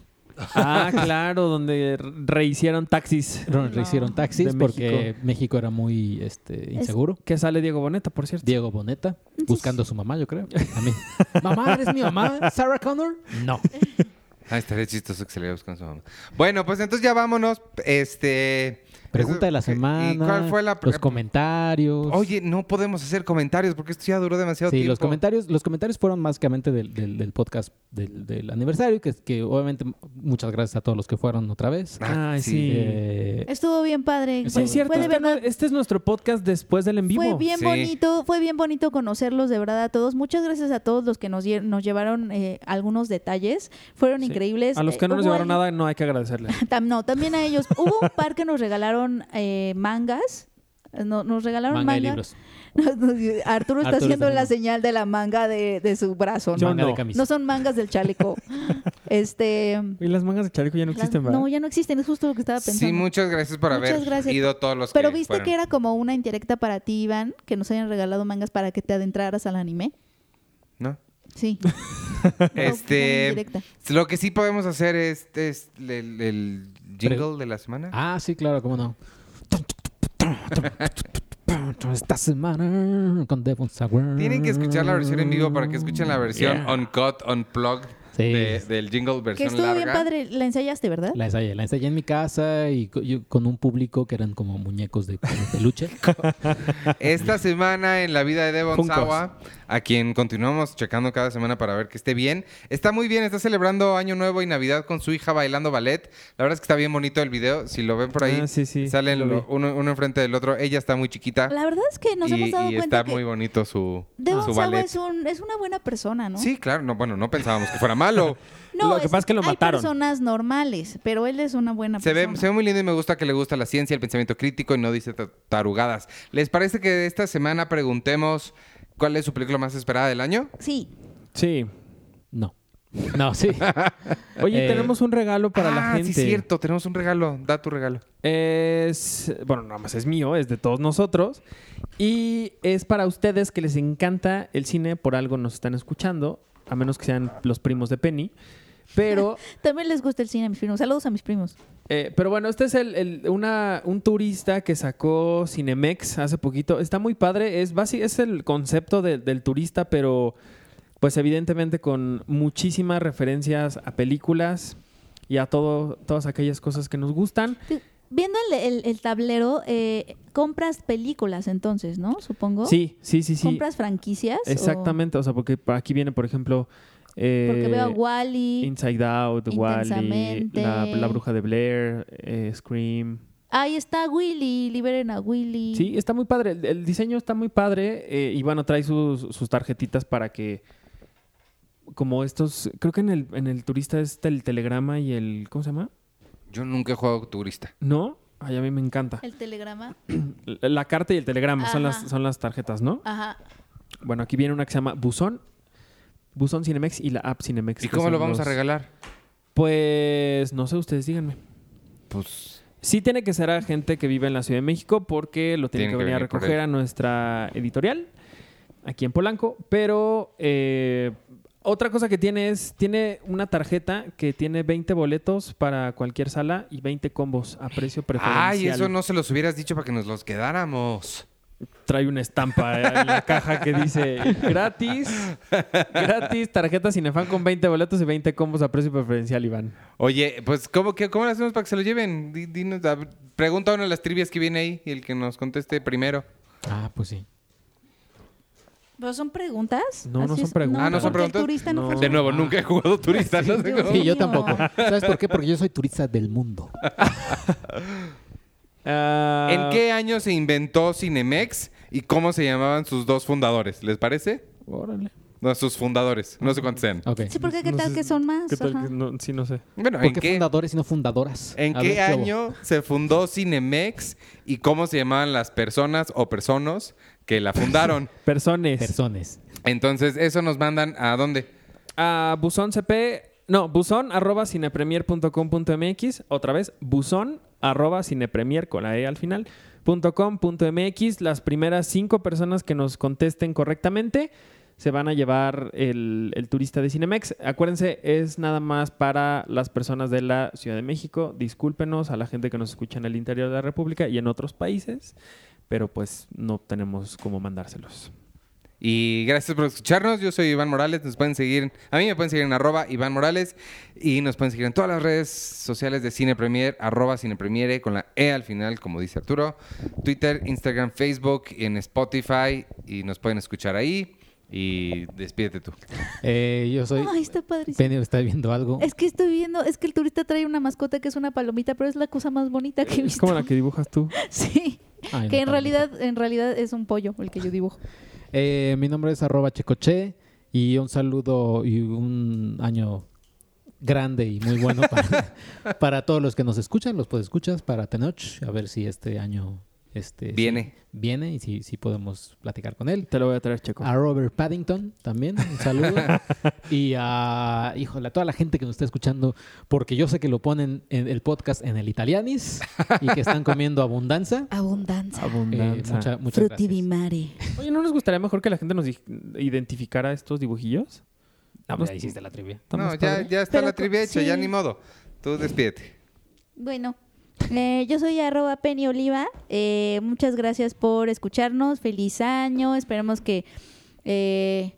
Ah, claro, donde rehicieron taxis.
Donde
No.
hicieron taxis
De
porque México. era muy este, inseguro.
Que sale Diego Boneta, por cierto.
Diego Boneta buscando a su mamá, yo creo. A mí. mamá, ¿eres mi mamá? ¿Sarah Connor? No.
Ah, estaría chistoso que se le buscan su mamá. Bueno, pues entonces ya vámonos. Este.
Pregunta de la
eso-
semana.
¿Y cuál fue la pre-
Los
Pues
comentarios.
Oye, no podemos hacer comentarios porque esto ya duró demasiado
Sí,
tiempo.
los comentarios, los comentarios fueron básicamente del, del- del podcast del, del aniversario, que, que obviamente muchas gracias a todos los que fueron otra vez.
Ah,
Ay,
sí.
sí.
Eh,
estuvo bien padre.
Sí, es cierto.
Puede
Este,
verlo-
este es nuestro podcast después del en vivo.
Fue bien
Sí.
bonito, fue bien bonito conocerlos de verdad a todos. Muchas gracias a todos los que nos, dieron- nos llevaron eh, algunos detalles. Fueron
Sí.
increíbles.
A los que
Eh,
no nos
hubo
llevaron
alguien-
nada, no hay que agradecerles.
Tam- no, también a ellos. Hubo un par que nos regalaron eh, mangas. No- nos regalaron
manga de
mangas.
libros.
Arturo
Arturo
está haciendo
está
la
haciendo-
señal de la manga de, de su brazo.
Yo
¿no?
manga de
no.
camisa.
No son mangas del chaleco. este.
Y las mangas de chaleco ya no
las-
existen, ¿verdad?
no, ya no existen, es justo lo que estaba pensando.
Sí, muchas gracias por
Muchas
haber
gracias.
ido todos los
Pero
que
viste
fueron.
que era como una indirecta para ti, Iván, que nos hayan regalado mangas para que te adentraras al anime.
¿No?
Sí.
Este,
indirecta.
Lo que sí podemos hacer es, es el, el jingle de la semana.
Ah, sí, claro, cómo no. Esta semana con Devon Sauer.
Tienen que escuchar la versión en vivo para que escuchen la versión uncut, unplugged
Sí.
de- del jingle
Que
versión
estuvo
larga.
bien padre, la ensayaste, ¿verdad?
La ensayé, la ensayé en mi casa y co- yo- con un público que eran como muñecos de como peluche.
Esta semana en la vida de Devon
Funkos.
Sawa, a quien continuamos checando cada semana para ver que esté bien. Está muy bien, está celebrando Año Nuevo y Navidad con su hija bailando ballet. La verdad es que está bien bonito el video. Si lo ven por ahí,
Ah, sí, sí,
salen
lo vi.
lo- uno, uno enfrente del otro. Ella está muy chiquita
La verdad es que nos
y,
hemos dado
y
cuenta
está
que
muy bonito su,
Devon
su
Sawa
ballet.
es, un, es una buena persona, ¿no?
Sí, claro. No, bueno, no pensábamos que fuera malo.
No,
Lo que pasa es que lo
hay
mataron.
personas normales, pero él es una buena
Se ve,
persona.
se ve muy lindo y me gusta que le gusta la ciencia, el pensamiento crítico y no dice ta- tarugadas. ¿Les parece que esta semana preguntemos cuál es su película más esperada del año?
Sí.
Sí.
No. No, sí.
Oye,
Eh,
tenemos un regalo para la
Ah,
gente.
Sí, cierto, tenemos un regalo. Da tu regalo.
Es, bueno, nada más es mío, es de todos nosotros. Y es para ustedes que les encanta el cine, por algo nos están escuchando, a menos que sean los primos de Penny. Pero,
También les gusta el cine a mis primos. Saludos a mis primos.
eh, pero bueno, este es el, el- una, un turista que sacó Cinemex hace poquito. Está muy padre, es, basi- es el concepto de- del turista, pero pues evidentemente con muchísimas referencias a películas y a todo, todas aquellas cosas que nos gustan.
Tú- Viendo el, el- el tablero, eh, compras películas entonces, ¿no? Supongo.
Sí, sí, sí, sí.
¿Compras franquicias? o-
Exactamente, o sea, porque por aquí viene, por ejemplo, eh,
Porque veo a Wally.
Inside Out, Wally,
Intensamente.
la, La Bruja de Blair, eh, Scream.
Ahí está Willy. Liberen a Willy.
Sí, está muy padre, el, el diseño está muy padre eh, y bueno, trae sus, sus tarjetitas para que, como estos, creo que en el, en el turista está el telegrama y el, ¿cómo se llama?
Yo nunca he jugado turista.
¿No? Ay, a mí me encanta.
El telegrama.
La, la carta y el telegrama son las,
Ajá.
son las tarjetas, ¿no?
Ajá.
Bueno, aquí viene una que se llama Buzón. Buzón Cinemex y la app Cinemex.
¿Y
que
cómo
son
lo vamos
los-
a regalar?
Pues no sé, ustedes díganme.
Pues
Sí tiene que ser a gente que vive en la Ciudad de México porque lo tienen, que, venir a
por
recoger
él.
a nuestra editorial aquí en Polanco. Pero eh, otra cosa que tiene es, tiene una tarjeta que tiene 20 boletos para cualquier sala y 20 combos a precio preferencial.
Ay, eso no se los hubieras dicho para que nos los quedáramos.
Trae una estampa en la caja que dice gratis, gratis, tarjeta Cinefan con 20 boletos y 20 combos a precio preferencial, Iván.
Oye, pues ¿cómo, qué- cómo lo hacemos para que se lo lleven? Di- dinos, a ver, pregunta a una de las trivias que viene ahí y el que nos conteste primero.
Ah, pues sí.
¿Pero son preguntas?
No, no
Así
son
es-
preguntas.
Ah, ¿no son
porque el
preguntas?
turista no
No.
fue-
De nuevo, nunca he jugado turista. no sé
Sí,
cómo.
Sí, yo
mío.
tampoco. ¿Sabes por qué? Porque yo soy turista del mundo.
Ah,
Ah.
¿En qué año se inventó Cinemex y cómo se llamaban sus dos fundadores. ¿Les parece?
Ah,
Órale.
No, sus fundadores. No sé cuántos sean.
Ok.
Sí, porque qué
No
tal
sé-
que son más.
¿Qué tal
Ajá.
que no- sí, no sé.
Bueno,
¿Por
¿en
qué,
qué,
fundadores y no fundadoras?
¿en
A
qué
ver, hubo?
año se fundó Cinemex y cómo se llamaban las personas o personas que la fundaron?
Personas.
Personas.
Entonces, eso nos mandan a dónde.
a buzón cp no buzón arroba cinepremier.com.mx otra vez buzón arroba cinepremier con la e al final punto com punto mx las primeras cinco personas que nos contesten correctamente se van a llevar el, el turista de Cinemex. Acuérdense, es nada más para las personas de la Ciudad de México. Discúlpenos a la gente que nos escucha en el interior de la República y en otros países, pero pues no tenemos cómo mandárselos.
Y gracias por escucharnos. Yo soy Iván Morales. Nos pueden seguir, a mí me pueden seguir en arroba Iván Morales y nos pueden seguir en todas las redes sociales de Cine Premier, arroba Cine Premiere con la E al final, como dice Arturo. Twitter, Instagram, Facebook, en Spotify y nos pueden escuchar ahí. Y despídete tú.
Eh, yo soy.
Ay, está padrísimo.
Penny está viendo algo.
Es que estoy viendo, es que el turista trae una mascota que es una palomita, pero es la cosa más bonita que he
Es
visto.
como la que dibujas tú.
Sí.
Ay,
que
no,
en
perdón.
realidad, en realidad es un pollo el que yo dibujo.
Eh, mi nombre es arroba checoche y un saludo y un año grande y muy bueno para, para todos los que nos escuchan, los escuchas para Tenoch, a ver si este año este, sí,
Viene.
viene y si, si podemos platicar con él.
Te lo voy a traer, Checo.
A Robert Paddington también, un saludo. y a, híjole, a toda la gente que nos está escuchando, porque yo sé que lo ponen en el podcast en el Italianis y que están comiendo abundanza.
Abundancia.
Eh,
Abundancia.
mucha- muchas gracias.
Frutivimare.
Oye, ¿no nos gustaría mejor que la gente nos di- identificara estos dibujillos?
No,
pues
ya hiciste la trivia.
¿Está
No,
más
ya,
padre?
ya está
Pero
la trivia hecha, ya
sí.
ni modo. Tú despídete.
Bueno, eh, yo soy arroba Penny Oliva. Eh, muchas gracias por escucharnos. Feliz año. Esperemos que eh,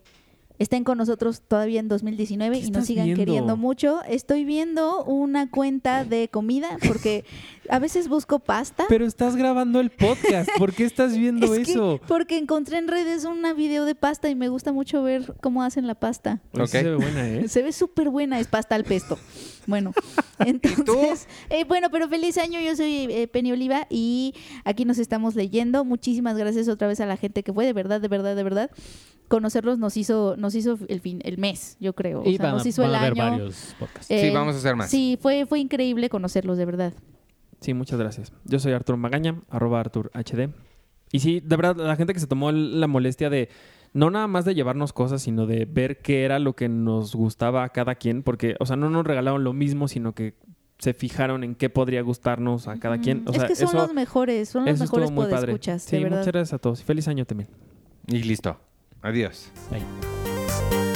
estén con nosotros todavía en 2019
¿Qué
y nos
estás
sigan
viendo?
queriendo mucho. Estoy viendo una cuenta de comida porque a veces busco pasta.
Pero estás grabando el podcast. ¿Por qué estás viendo
Es que-
eso?
porque encontré en redes una video de pasta y me gusta mucho ver cómo hacen la pasta.
Oye, sí
Ok.
se ve buena, ¿eh?
Se ve súper buena, es pasta al pesto. Bueno, entonces, eh, bueno, pero feliz año, yo soy eh, Penny Oliva y aquí nos estamos leyendo. Muchísimas gracias otra vez a la gente que fue, de verdad, de verdad, de verdad. Conocerlos nos hizo, nos hizo el fin, el mes, yo creo. O
Y
sea,
van, a-
nos hizo
van
el
a haber
año.
varios podcasts.
Sí,
Eh,
vamos a hacer más.
Sí, fue, fue increíble conocerlos, de verdad.
Sí, muchas gracias. Yo soy Artur Magaña, arroba Artur HD. Y sí, de verdad, la gente que se tomó el- la molestia de no nada más de llevarnos cosas, sino de ver qué era lo que nos gustaba a cada quien, porque, o sea, no nos regalaron lo mismo, sino que se fijaron en qué podría gustarnos a cada quien. O sea,
es que son
eso,
los mejores, son los
eso
mejores
estuvo muy padre.
podescuchas,
sí,
de verdad.
muchas gracias a todos y feliz año también.
Y listo. Adiós.
Ahí.